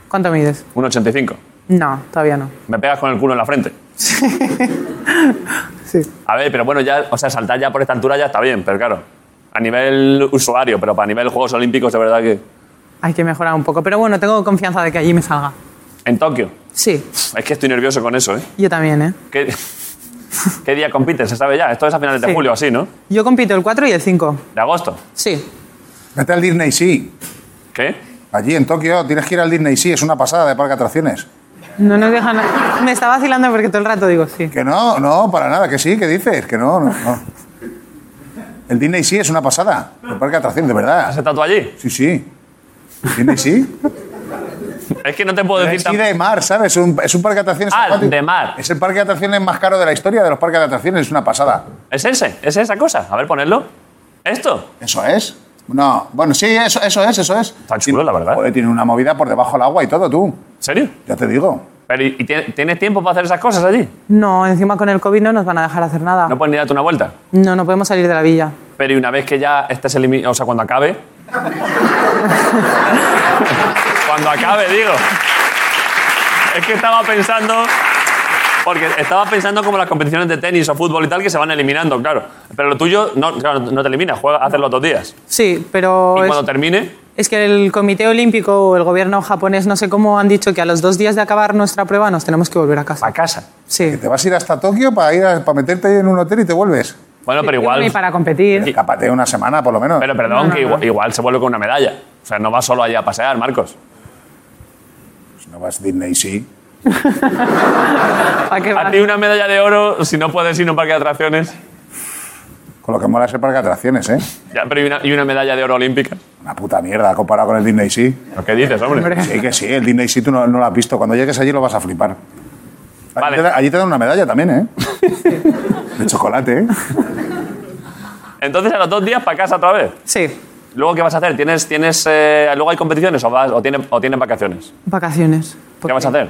Speaker 6: ¿cuánto mides?
Speaker 1: 1,85.
Speaker 6: No, todavía no.
Speaker 1: Me pegas con el culo en la frente.
Speaker 6: Sí.
Speaker 1: A ver, pero bueno, ya, o sea, saltar ya por esta altura ya está bien, pero claro. A nivel usuario, pero para nivel Juegos Olímpicos, de verdad que.
Speaker 6: Hay que mejorar un poco, pero bueno, tengo confianza de que allí me salga.
Speaker 1: En Tokio.
Speaker 6: Sí,
Speaker 1: Es que estoy nervioso con eso, ¿eh?
Speaker 6: yo también, ¿eh?
Speaker 1: ¿Qué, qué día compites? Se sabe ya. Esto es a finales de
Speaker 6: Sí.
Speaker 1: julio, así, ¿no?
Speaker 6: Yo compito el 4 y el 5.
Speaker 1: De agosto.
Speaker 6: Sí.
Speaker 3: Vete al Disney Sea.
Speaker 1: ¿Qué?
Speaker 3: Allí en Tokio tienes que ir al Disney Sea. Es una pasada de parque de atracciones.
Speaker 6: No nos dejan. Me está vacilando porque todo el rato digo sí.
Speaker 3: Que no, no, para nada. Que sí, que dices. Que no, no, no. El Disney Sea es una pasada de parque de atracciones, de
Speaker 1: ¿Has
Speaker 3: verdad.
Speaker 1: estado tú allí?
Speaker 3: Sí, sí. Disney Sea.
Speaker 1: Es que no te puedo
Speaker 3: Disney
Speaker 1: decir
Speaker 3: Sea
Speaker 1: tan...
Speaker 3: de mar, ¿sabes? Un- es un parque de atracciones.
Speaker 1: Ah,
Speaker 3: acuático.
Speaker 1: de mar.
Speaker 3: Es el parque de atracciones más caro de la historia de los parques de atracciones. Es una pasada.
Speaker 1: ¿Es ese? ¿Es esa cosa? A ver, ponedlo. ¿Esto?
Speaker 3: ¿Eso es? No, bueno, sí, eso, eso es, eso es.
Speaker 1: Está chulo, la verdad.
Speaker 3: Joder, tiene una movida por debajo del agua y todo, tú.
Speaker 1: ¿En serio?
Speaker 3: Ya te digo.
Speaker 1: Pero, ¿y, y tie- tienes tiempo para hacer esas cosas allí?
Speaker 6: No, encima con el COVID no nos van a dejar hacer nada.
Speaker 1: No
Speaker 6: No,
Speaker 1: puedes ni darte una vuelta.
Speaker 6: no, podemos salir de la villa.
Speaker 1: Pero y una vez que ya estés eliminado, o sea, cuando acabe. cuando acabe, digo. Es que estaba pensando. Porque estaba pensando como las competiciones de tenis o fútbol y tal que se van eliminando, claro. Pero lo tuyo no, claro, no te eliminas, juegas, haces los dos días.
Speaker 6: Sí, pero
Speaker 1: y
Speaker 6: es,
Speaker 1: cuando termine,
Speaker 6: es que el Comité Olímpico o el gobierno japonés, no sé cómo, han dicho que a los dos días de acabar nuestra prueba nos tenemos que volver a casa.
Speaker 1: A casa.
Speaker 6: Sí.
Speaker 3: ¿Te vas a ir hasta Tokio para, ir a- para meterte en un hotel y te vuelves?
Speaker 1: Bueno, pero igual.
Speaker 6: Ni para competir.
Speaker 3: Escápate una semana, por lo menos.
Speaker 1: Pero perdón, que igual, igual se vuelve con una medalla. O sea, no va solo allá a pasear, Marcos.
Speaker 3: Si no vas a Disney, sí.
Speaker 6: ¿Para qué
Speaker 1: A
Speaker 6: vas?
Speaker 1: ti una medalla de oro, si no puedes ir a un parque de atracciones.
Speaker 3: Con lo que mola es el parque de atracciones, ¿eh?
Speaker 1: Ya, pero y una, y una medalla de oro olímpica.
Speaker 3: Una puta mierda comparado con el Disney, sí.
Speaker 1: ¿Pero ¿Qué dices, hombre?
Speaker 3: Sí, que sí, el Disney sí tú no, no lo has visto. Cuando llegues allí lo vas a flipar. Allí,
Speaker 1: Vale.
Speaker 3: te, da- allí te dan una medalla también, ¿eh? De chocolate, ¿eh?
Speaker 1: Entonces a los dos días para casa otra vez.
Speaker 6: Sí,
Speaker 1: ¿Luego qué vas a hacer? ¿Tienes, tienes, eh, ¿Luego hay competiciones o, vas- o, tienes, o tienes vacaciones?
Speaker 6: vacaciones.
Speaker 1: ¿Qué
Speaker 6: Porque
Speaker 1: vas a hacer?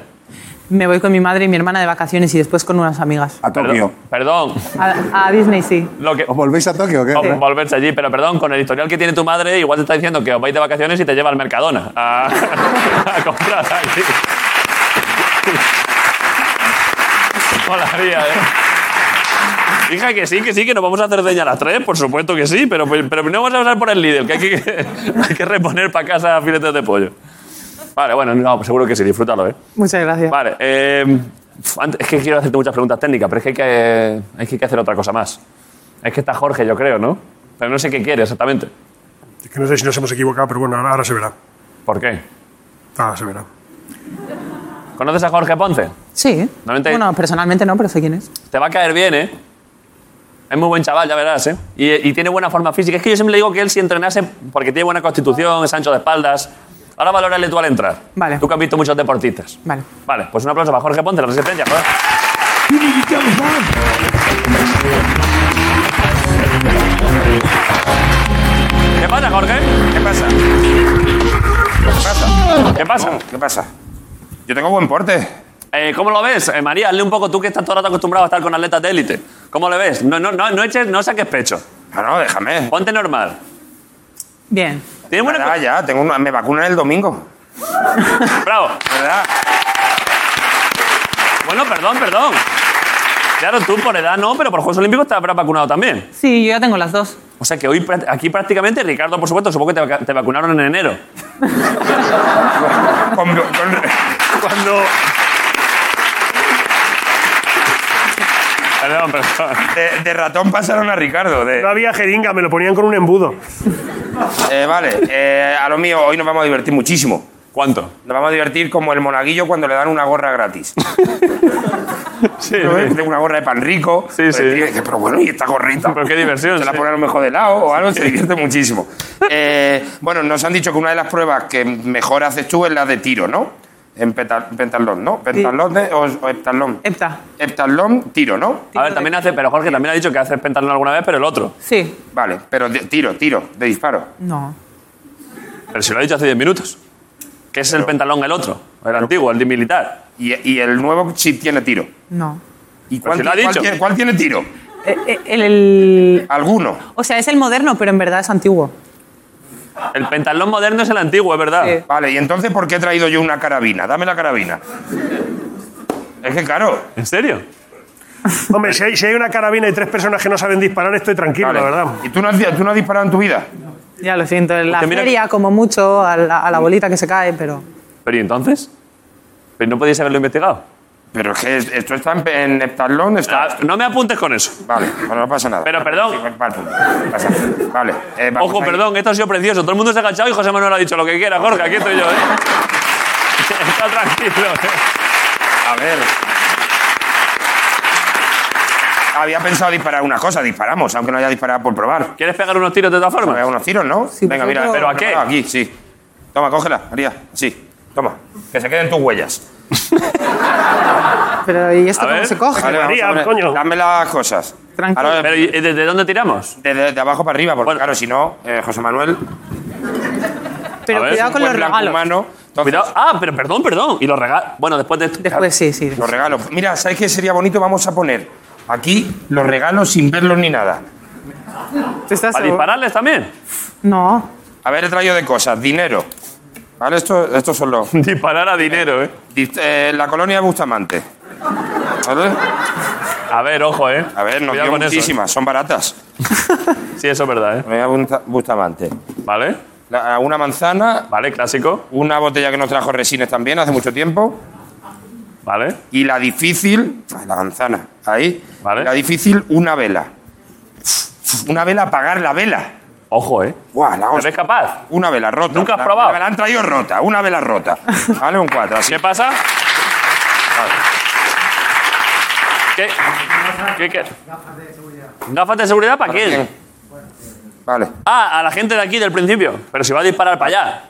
Speaker 6: Me voy con mi madre y mi hermana de vacaciones y después con unas amigas.
Speaker 3: A Tokio.
Speaker 1: Perdón. perdón
Speaker 6: A, a Disney sí.
Speaker 1: lo que,
Speaker 3: ¿Os volvéis a Tokio o qué?
Speaker 1: o volverse allí, pero perdón, con el historial que tiene tu madre, igual te está diciendo que os vais de vacaciones y te lleva al Mercadona a, a comprar allí. Molaría, ¿eh? Hija, que sí, que sí, que nos vamos a hacer deña a las tres, por supuesto que sí, pero, pues, pero primero vamos a pasar por el líder, que hay que, hay que reponer para casa filetes de pollo. Vale, bueno, no, pues seguro que sí, disfrútalo, ¿eh?
Speaker 6: Muchas gracias.
Speaker 1: Vale, eh, pf, antes- es que quiero hacerte muchas preguntas técnicas, pero es que hay que, hay que hacer otra cosa más. Es que está Jorge, yo creo, ¿no? Pero no sé qué quiere exactamente.
Speaker 2: Es que no sé si nos hemos equivocado, pero bueno, ahora, ahora se verá.
Speaker 1: ¿Por qué?
Speaker 2: Ahora se verá.
Speaker 1: ¿Conoces a Jorge Ponce?
Speaker 6: Sí.
Speaker 1: Normalmente-
Speaker 6: Bueno, personalmente no, pero sé quién es.
Speaker 1: Te va a caer bien, ¿eh? Es muy buen chaval, ya verás, ¿eh? Y, y tiene buena forma física. Es que yo siempre le digo que él si entrenase, porque tiene buena constitución, es ancho de espaldas. Ahora valórale tú al entrar.
Speaker 6: Vale.
Speaker 1: Tú que has visto muchos deportistas.
Speaker 6: Vale.
Speaker 1: Vale, pues un aplauso para Jorge Ponce, la resistencia. joder. ¿Qué pasa, Jorge?
Speaker 5: ¿Qué pasa? ¿Qué pasa?
Speaker 1: ¿Qué pasa?
Speaker 5: ¿Qué pasa? Yo tengo buen porte.
Speaker 1: Eh, ¿Cómo lo ves? Eh, María, hazle un poco tú que estás todo el rato acostumbrado a estar con atletas de élite. ¿Cómo le ves? No, no, no, no, eches, no saques pecho.
Speaker 5: No, no, déjame.
Speaker 1: Ponte normal.
Speaker 6: Bien.
Speaker 1: Tiene buena...
Speaker 5: Ya, ya, tengo una- me vacunan el domingo.
Speaker 1: Bravo.
Speaker 5: ¿Verdad?
Speaker 1: Bueno, perdón, perdón. Claro, tú por edad no, pero por Juegos Olímpicos te habrás vacunado también.
Speaker 6: Sí, yo ya tengo las dos.
Speaker 1: O sea que hoy prá- aquí prácticamente, Ricardo, por supuesto, supongo que te, vaca- te vacunaron en enero.
Speaker 5: Con- con-
Speaker 1: Cuando... Perdón, perdón.
Speaker 5: de, de ratón pasaron a Ricardo. de-
Speaker 2: No había jeringa, me lo ponían con un embudo.
Speaker 5: Eh, vale, eh, a lo mío, hoy nos vamos a divertir muchísimo.
Speaker 1: ¿Cuánto?
Speaker 5: Nos vamos a divertir como el monaguillo cuando le dan una gorra gratis.
Speaker 1: Sí,
Speaker 5: Pero, eh, Tengo una gorra de pan rico.
Speaker 1: Sí,
Speaker 5: Pues,
Speaker 1: sí.
Speaker 5: tío, dice, pero bueno, y esta gorrita.
Speaker 1: Pero qué diversión,
Speaker 5: Se la
Speaker 1: sí.
Speaker 5: ponen a lo mejor de lado o algo, se divierte muchísimo. Eh, bueno, nos han dicho que una de las pruebas que mejor haces tú es la de tiro, ¿no? En peta- pentatlón, ¿no? Pentatlón de- o, o heptatlón.
Speaker 6: Epta.
Speaker 5: Heptatlón, tiro, ¿no?
Speaker 1: A ver, también hace, pero Jorge también ha dicho que hace pentatlón alguna vez, pero el otro.
Speaker 6: Sí.
Speaker 5: Vale, pero de- tiro, tiro, de disparo.
Speaker 6: No.
Speaker 1: Pero si lo ha dicho hace 10 minutos. ¿Qué es el pentalón el otro? El antiguo, el de militar.
Speaker 5: Y, y el nuevo sí tiene tiro.
Speaker 6: No.
Speaker 5: ¿Y
Speaker 1: Pero
Speaker 5: cuál,
Speaker 1: si lo ha
Speaker 5: cuál
Speaker 1: dicho.
Speaker 5: tiene, cuál tiene tiro?
Speaker 6: Eh, eh, El, el-
Speaker 5: Alguno.
Speaker 6: o sea, es el moderno, pero en verdad es antiguo.
Speaker 1: El pentalón moderno es el antiguo, es verdad.
Speaker 6: Sí.
Speaker 5: Vale, y entonces, ¿por qué he traído yo una carabina? Dame la carabina. Es que, claro,
Speaker 1: ¿En serio?
Speaker 2: Hombre, si hay, si hay una carabina y tres personas que no saben disparar, estoy tranquilo,
Speaker 5: Vale.
Speaker 2: la verdad.
Speaker 5: ¿Y tú no, has, tú no has disparado en tu vida?
Speaker 6: Ya lo siento. En la
Speaker 1: Porque mira-
Speaker 6: feria, como mucho, a la, a la bolita que se cae, pero.
Speaker 1: Pero ¿y entonces? ¿Pero no podíais haberlo investigado?
Speaker 5: Pero es que es- esto está en, pe- en heptatlón, está...
Speaker 1: Ah, no me apuntes con eso.
Speaker 5: Vale, bueno, no pasa nada.
Speaker 1: Pero, perdón.
Speaker 5: Sí, va- va al punto. Pasa. Vale. eh, vamos
Speaker 1: Ojo,
Speaker 5: ahí.
Speaker 1: perdón, esto ha sido precioso. Todo el mundo se ha agachado y José Manuel ha dicho lo que quiera. Jorge, aquí estoy yo, ¿eh? Está tranquilo. ¿eh?
Speaker 5: A ver. Había pensado disparar una cosa, disparamos, aunque no haya disparado por probar.
Speaker 1: ¿Quieres pegar unos tiros de todas
Speaker 5: Me voy a
Speaker 1: formas?
Speaker 5: unos tiros, ¿no?
Speaker 6: Sí,
Speaker 5: Venga,
Speaker 6: por
Speaker 5: mira.
Speaker 6: favor.
Speaker 1: ¿Pero a qué?
Speaker 5: Aquí, sí. Toma, cógela, María. Sí, toma. Que se queden tus huellas.
Speaker 6: Pero, ¿y esto
Speaker 1: A
Speaker 6: cómo
Speaker 1: ver.
Speaker 6: se coge?
Speaker 5: Vale, vamos a
Speaker 2: María,
Speaker 5: poner-
Speaker 2: coño.
Speaker 5: Dame las cosas.
Speaker 6: Tranquilo.
Speaker 5: Ahora,
Speaker 1: Pero ¿y desde dónde tiramos?
Speaker 5: de, de- de abajo para arriba, porque
Speaker 1: Bueno.
Speaker 5: claro, si no, eh, José Manuel,
Speaker 6: Pero
Speaker 1: A ver,
Speaker 6: cuidado con
Speaker 5: buen
Speaker 6: los
Speaker 5: blanco
Speaker 6: regalos.
Speaker 5: humano. Entonces,
Speaker 1: Cuidado. Ah, pero perdón, perdón. Y los regalos. Bueno, después de esto.
Speaker 6: Después sí, sí.
Speaker 5: Los regalos. Mira, ¿sabes qué sería bonito? Vamos a poner aquí los regalos sin verlos ni nada.
Speaker 6: ¿Tú estás
Speaker 1: ¿Para
Speaker 6: seguro?
Speaker 1: dispararles también?
Speaker 6: No.
Speaker 5: Haber traído de cosas, dinero. ¿Vale? Esto- Estos son los.
Speaker 1: Disparar a dinero, ¿eh?
Speaker 5: Dist- eh, la colonia de Bustamante. ¿Vale?
Speaker 1: A ver, ojo, ¿eh?
Speaker 5: A ver, nos
Speaker 1: Cuidado
Speaker 5: dio
Speaker 1: con eso, ¿eh?
Speaker 5: muchísimas, son baratas.
Speaker 1: Sí, eso es verdad, ¿eh?
Speaker 5: Colonia Bunta- Bustamante.
Speaker 1: ¿Vale?
Speaker 5: la- una manzana,
Speaker 1: ¿Vale? Clásico.
Speaker 5: una botella que nos trajo Resines también hace mucho tiempo.
Speaker 1: ¿Vale?
Speaker 5: Y la difícil, la manzana, ahí.
Speaker 1: Vale.
Speaker 5: La difícil, una vela. Una vela, apagar la vela.
Speaker 1: Ojo, ¿eh?
Speaker 5: Buah, la
Speaker 1: ¿No
Speaker 5: hostia.
Speaker 1: ves capaz?
Speaker 5: Una vela rota.
Speaker 1: Nunca has
Speaker 5: La-
Speaker 1: probado.
Speaker 5: Me la han traído rota, una vela rota. Vale, un 4. Así
Speaker 1: ¿Qué pasa? ¿Qué? ¿Qué? qué? ¿Gafas de seguridad para quién?
Speaker 5: Vale.
Speaker 1: Ah, a la gente de aquí del principio. Pero si va a disparar para allá.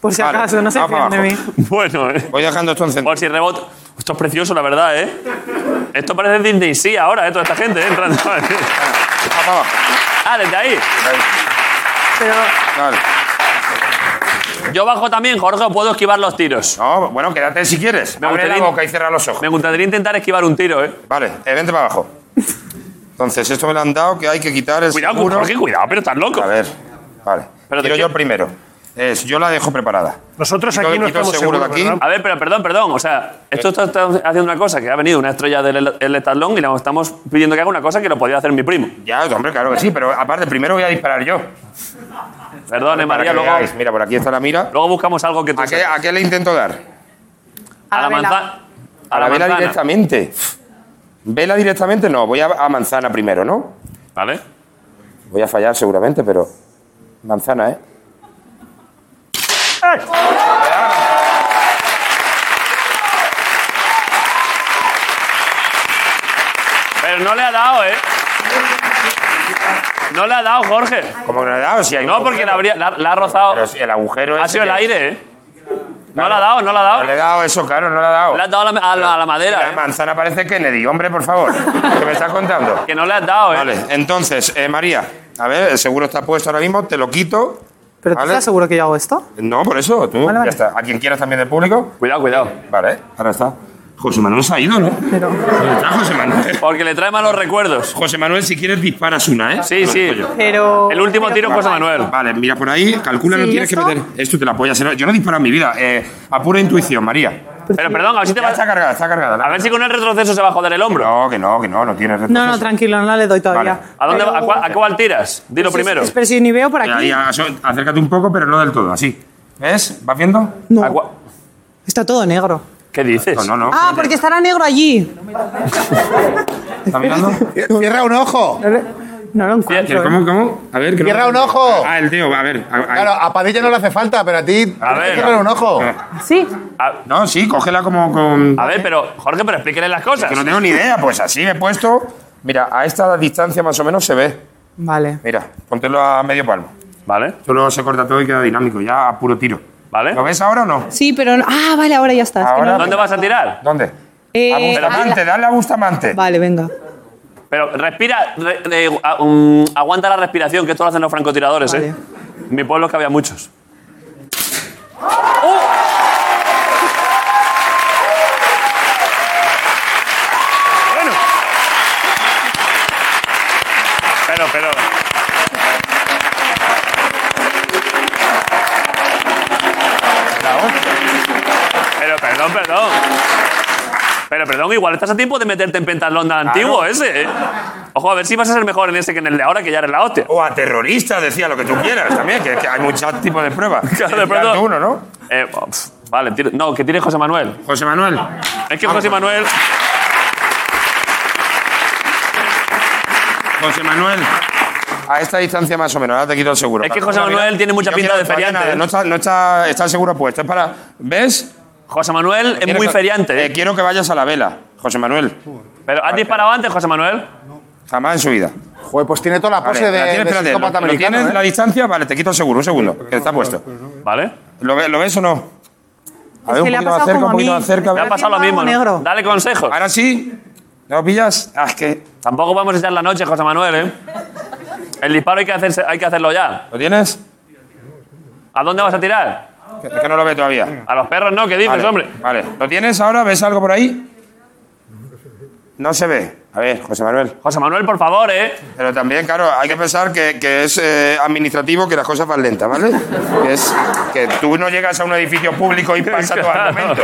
Speaker 6: Por si
Speaker 5: Vale,
Speaker 6: acaso, no se
Speaker 5: va para
Speaker 6: fían de mí.
Speaker 5: abajo.
Speaker 1: Bueno, ¿eh?
Speaker 5: Voy dejando esto encendido.
Speaker 1: Por si rebota. Esto es precioso, la verdad, ¿eh? Esto parece Disney, sí, ahora, ¿eh? Toda esta gente ¿eh? entrando.
Speaker 5: Va para abajo.
Speaker 1: Ah, desde ahí.
Speaker 5: Vale.
Speaker 1: Yo bajo también, Jorge, o puedo esquivar los tiros.
Speaker 5: No, bueno, quédate si quieres.
Speaker 1: Me
Speaker 5: Abre la
Speaker 1: gustaría-
Speaker 5: boca y cierra los ojos.
Speaker 1: Me gustaría intentar esquivar un tiro, ¿eh?
Speaker 5: Vale, eh, vente para abajo. Entonces, esto me lo han dado que hay que quitar el
Speaker 1: Cuidado,
Speaker 5: seguro.
Speaker 1: Jorge, cuidado, pero estás loco.
Speaker 5: A ver, vale.
Speaker 1: Pero te
Speaker 5: Tiro yo
Speaker 1: quiero-
Speaker 5: el primero. Es, yo la dejo preparada.
Speaker 2: Nosotros
Speaker 5: Quito-
Speaker 2: aquí no
Speaker 5: quito el
Speaker 2: estamos
Speaker 5: seguro de
Speaker 2: seguros,
Speaker 5: aquí.
Speaker 2: ¿verdad?
Speaker 1: A ver, pero perdón, perdón. O sea, esto está, está haciendo una cosa que ha venido una estrella del el estatlón y le estamos pidiendo que haga una cosa que lo podía hacer mi primo.
Speaker 5: Ya, hombre, claro que sí, pero aparte, primero voy a disparar yo.
Speaker 1: Perdone,
Speaker 5: Para
Speaker 1: María,
Speaker 5: que
Speaker 1: luego,
Speaker 5: veáis. Mira, por aquí está la mira.
Speaker 1: luego buscamos algo que tú.
Speaker 5: ¿A qué,
Speaker 1: sepas.
Speaker 5: a qué le intento dar?
Speaker 1: A la
Speaker 6: vela.
Speaker 1: manzana.
Speaker 5: ¿A la vela
Speaker 1: manzana.
Speaker 5: directamente? ¿Vela directamente? No, voy a, a manzana primero, ¿no?
Speaker 1: ¿Vale?
Speaker 5: Voy a fallar seguramente, pero. Manzana, ¿eh?
Speaker 1: Pero no le ha dado, ¿eh? No le ha dado, Jorge.
Speaker 5: Como que no le he dado, si hay un
Speaker 1: No, porque
Speaker 5: agujero.
Speaker 1: la, habría, la, la ha
Speaker 5: Pero
Speaker 1: rozado.
Speaker 5: si el agujero
Speaker 1: Ha
Speaker 5: ese
Speaker 1: sido el
Speaker 5: que-
Speaker 1: aire, ¿eh? No le ha dado, no le ha
Speaker 5: No le
Speaker 1: dado.
Speaker 5: he dado eso, claro, no le he dado.
Speaker 1: Le has dado a la, a la- a la madera,
Speaker 5: La
Speaker 1: ¿eh?
Speaker 5: manzana parece Kennedy, hombre, por favor. ¿Qué me estás contando?
Speaker 1: Que no le has dado, ¿eh?
Speaker 5: Vale, entonces, eh, María, a ver, el seguro está puesto ahora mismo, te lo quito.
Speaker 6: ¿Pero tú
Speaker 5: Vale.
Speaker 6: estás seguro que yo hago esto?
Speaker 5: No, por eso, tú,
Speaker 6: Vale, vale.
Speaker 5: ya está. A quien quieras también del público.
Speaker 1: Cuidado, cuidado.
Speaker 5: Vale, ahora está. José Manuel se ha ido, ¿no?
Speaker 6: Pero-
Speaker 5: ¿Dónde está José Manuel?
Speaker 1: Porque le trae malos recuerdos.
Speaker 5: José Manuel, si quieres, disparas una, ¿eh?
Speaker 1: Sí, sí.
Speaker 6: Pero.
Speaker 1: El último
Speaker 6: pero-
Speaker 1: tiro, José Manuel.
Speaker 5: Vale, mira por ahí, calcula,
Speaker 6: Sí,
Speaker 5: no tienes
Speaker 6: ¿esto?
Speaker 5: que meter. Esto te la apoyas. Yo no he disparado en mi vida, eh, a pura intuición, María.
Speaker 1: Pero perdón, a ver si te
Speaker 5: Ya
Speaker 1: va-
Speaker 5: está cargada, está cargada.
Speaker 1: A ver si con el retroceso se va a joder el hombro.
Speaker 5: No, que no, que no, no tienes retroceso.
Speaker 6: No, no, tranquilo, no le doy todavía.
Speaker 5: Vale.
Speaker 1: ¿A, dónde, va- a,
Speaker 6: Pero-
Speaker 1: cuál, a cuál tiras? Dilo
Speaker 6: Sí,
Speaker 1: primero.
Speaker 6: sí, Pero si ni veo por
Speaker 5: eh, Ahí,
Speaker 6: aquí.
Speaker 5: aso- acércate un poco, pero no del todo, así. ¿Ves? ¿Vas viendo?
Speaker 6: No,
Speaker 1: ¿A cua-
Speaker 6: está todo negro.
Speaker 1: ¿Qué dices?
Speaker 5: No, no, no.
Speaker 6: Ah, porque estará negro allí.
Speaker 5: ¿Estás mirando?
Speaker 3: Cierra un ojo.
Speaker 6: No lo
Speaker 5: ¿Qué-
Speaker 6: encuentro.
Speaker 5: ¿Cómo, cómo? A ver, que no-
Speaker 3: Cierra un ojo.
Speaker 5: Ah, el tío, a ver. a- a-
Speaker 3: Claro, a Padilla no le hace falta, pero a ti.
Speaker 1: A ver.
Speaker 3: Cierra un ojo.
Speaker 6: ¿eh? Sí.
Speaker 1: A,
Speaker 5: No, sí, cógela como con.
Speaker 1: a ver, pero Jorge, pero explíquele las cosas.
Speaker 5: Que no tengo ni idea, pues así he puesto. Mira, a esta distancia más o menos se ve.
Speaker 6: Vale.
Speaker 5: Mira, póntelo a medio palmo.
Speaker 1: Vale,
Speaker 5: Solo se corta todo y queda dinámico, ya a puro tiro.
Speaker 1: vale.
Speaker 5: ¿Lo ves ahora o no?
Speaker 6: Sí, pero. no- Ah, vale, ahora ya está. es que
Speaker 5: Ahora-
Speaker 6: no lo-
Speaker 1: ¿Dónde vas a tirar?
Speaker 5: ¿Dónde?
Speaker 6: Eh,
Speaker 5: a
Speaker 6: a
Speaker 5: Bustamante, dale a Bustamante.
Speaker 6: Vale, venga.
Speaker 1: Pero respira, re- eh, a- um, aguanta la respiración, que esto lo hacen los francotiradores, ¿eh? En mi pueblo es que había muchos.
Speaker 2: Bueno,
Speaker 1: Pero, pero. Pero perdón, perdón. Pero perdón, igual estás a tiempo de meterte en pantalón de antiguo ese, ¿eh? Ojo, a ver si vas a ser mejor en ese que en el de ahora, que ya eres la hostia.
Speaker 5: O a terrorista, decía lo que tú quieras también, que, que hay muchos tipos de pruebas.
Speaker 1: Claro, de pronto-
Speaker 5: Tú uno, ¿no?
Speaker 1: Eh, pf, vale, tira- no, que tire José Manuel.
Speaker 5: José Manuel.
Speaker 1: Es que José Manuel.
Speaker 5: José Manuel. A esta distancia más o menos, ahora te quito el seguro.
Speaker 1: Es que
Speaker 5: Claro,
Speaker 1: José
Speaker 5: mira,
Speaker 1: Manuel tiene mucha
Speaker 5: yo
Speaker 1: pinta
Speaker 5: quiero-
Speaker 1: de
Speaker 5: todavía
Speaker 1: feriante,
Speaker 5: nada,
Speaker 1: ¿eh?
Speaker 5: No está, no está, está el seguro puesto, es para... ¿Ves?
Speaker 1: José Manuel es
Speaker 5: Quiero
Speaker 1: muy
Speaker 5: que-
Speaker 1: feriante.
Speaker 5: eh,
Speaker 1: ¿eh?
Speaker 5: quiero que vayas a la vela, José Manuel.
Speaker 1: Pero ¿has disparado antes, José Manuel?
Speaker 5: Jamás en su vida.
Speaker 3: Joder, pues tiene toda la
Speaker 5: Vale,
Speaker 3: pose
Speaker 5: la
Speaker 3: de,
Speaker 5: tienes,
Speaker 3: de
Speaker 5: espérate, ¿lo-
Speaker 3: psicópata
Speaker 5: ¿lo tienes
Speaker 3: americano.
Speaker 5: la
Speaker 3: ¿eh?
Speaker 5: distancia? Vale, te quito el seguro, un segundo, que está puesto.
Speaker 1: Vale.
Speaker 5: ¿Lo, ve- lo ves o no? A
Speaker 6: Es
Speaker 5: ver,
Speaker 6: que
Speaker 5: un
Speaker 6: le ha
Speaker 5: poquito
Speaker 6: pasado
Speaker 5: más cerca, un
Speaker 6: como a
Speaker 5: poquito
Speaker 6: mí.
Speaker 5: más
Speaker 1: Me
Speaker 5: cerca.
Speaker 1: ha
Speaker 6: Pero
Speaker 1: pasado lo
Speaker 6: tiene
Speaker 1: mismo.
Speaker 6: algo
Speaker 1: ¿no?
Speaker 6: negro.
Speaker 1: Dale consejos.
Speaker 5: Ahora sí. ¿No pillas? Ah, es que...
Speaker 1: Tampoco vamos a echar la noche, José Manuel, ¿eh? El disparo hay que, hacerse- hay que hacerlo ya.
Speaker 5: ¿Lo tienes?
Speaker 1: ¿A dónde vas a tirar?
Speaker 5: Que- Es que no lo ve todavía.
Speaker 1: A los perros no, ¿qué dices,
Speaker 5: Vale,
Speaker 1: hombre?
Speaker 5: Vale. ¿Lo tienes ahora? ¿Ves algo por ahí? No se ve. A ver, José Manuel.
Speaker 1: José Manuel, por favor, ¿eh?
Speaker 5: Pero también, claro, hay que pensar que, que es eh, administrativo, que las cosas van lentas, ¿vale? Que, es, que tú no llegas a un edificio público y pasa tu
Speaker 1: Claro.
Speaker 5: argumento.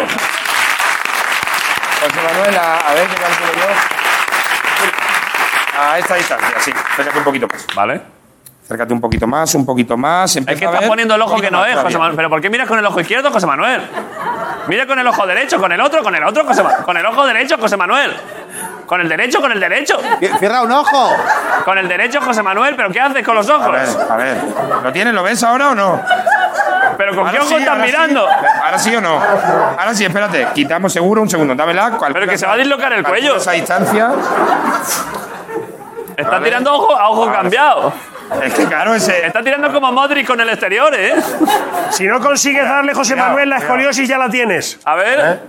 Speaker 5: José Manuel, a, a ver qué calculo yo. A esta distancia, sí. Acércate un poquito más.
Speaker 1: Vale.
Speaker 5: Acércate un poquito más, un poquito más.
Speaker 1: Es
Speaker 5: empieza
Speaker 1: que
Speaker 5: Pues a
Speaker 1: estás
Speaker 5: ver,
Speaker 1: poniendo el
Speaker 5: un
Speaker 1: ojo que
Speaker 5: poquito
Speaker 1: no
Speaker 5: más
Speaker 1: es,
Speaker 5: todavía.
Speaker 1: José Manuel. ¿Pero por qué miras con el ojo izquierdo, José Manuel? Mira con el ojo derecho, con el otro, con el otro, José Ma- Con el ojo derecho, José Manuel. Con el derecho, con el derecho.
Speaker 3: ¡Cierra un ojo!
Speaker 1: Con el derecho, José Manuel. ¿Pero qué haces con los
Speaker 5: A
Speaker 1: ojos?
Speaker 5: ver, a ver. ¿Lo tienes? ¿Lo ves ahora o no?
Speaker 1: ¿Pero con
Speaker 5: Ahora
Speaker 1: qué ojo
Speaker 5: sí,
Speaker 1: estás
Speaker 5: ahora sí.
Speaker 1: mirando?
Speaker 5: Ahora sí o no. Ahora sí, espérate. Quitamos seguro un segundo. Dámela. calcula
Speaker 1: Pero que se
Speaker 5: esa-
Speaker 1: va a dislocar el
Speaker 5: calcula
Speaker 1: cuello.
Speaker 5: Esa distancia.
Speaker 1: Está
Speaker 5: ver.
Speaker 1: tirando ojo a ojo
Speaker 5: Ahora sí.
Speaker 1: cambiado.
Speaker 5: Es que claro, ese.
Speaker 1: Está tirando como Modric con el exterior, ¿eh?
Speaker 2: Si no consigues darle, José
Speaker 5: Cuidado,
Speaker 2: Manuel, la
Speaker 5: cuidado.
Speaker 2: escoliosis ya la tienes.
Speaker 1: A
Speaker 5: ¿Eh?
Speaker 1: ver.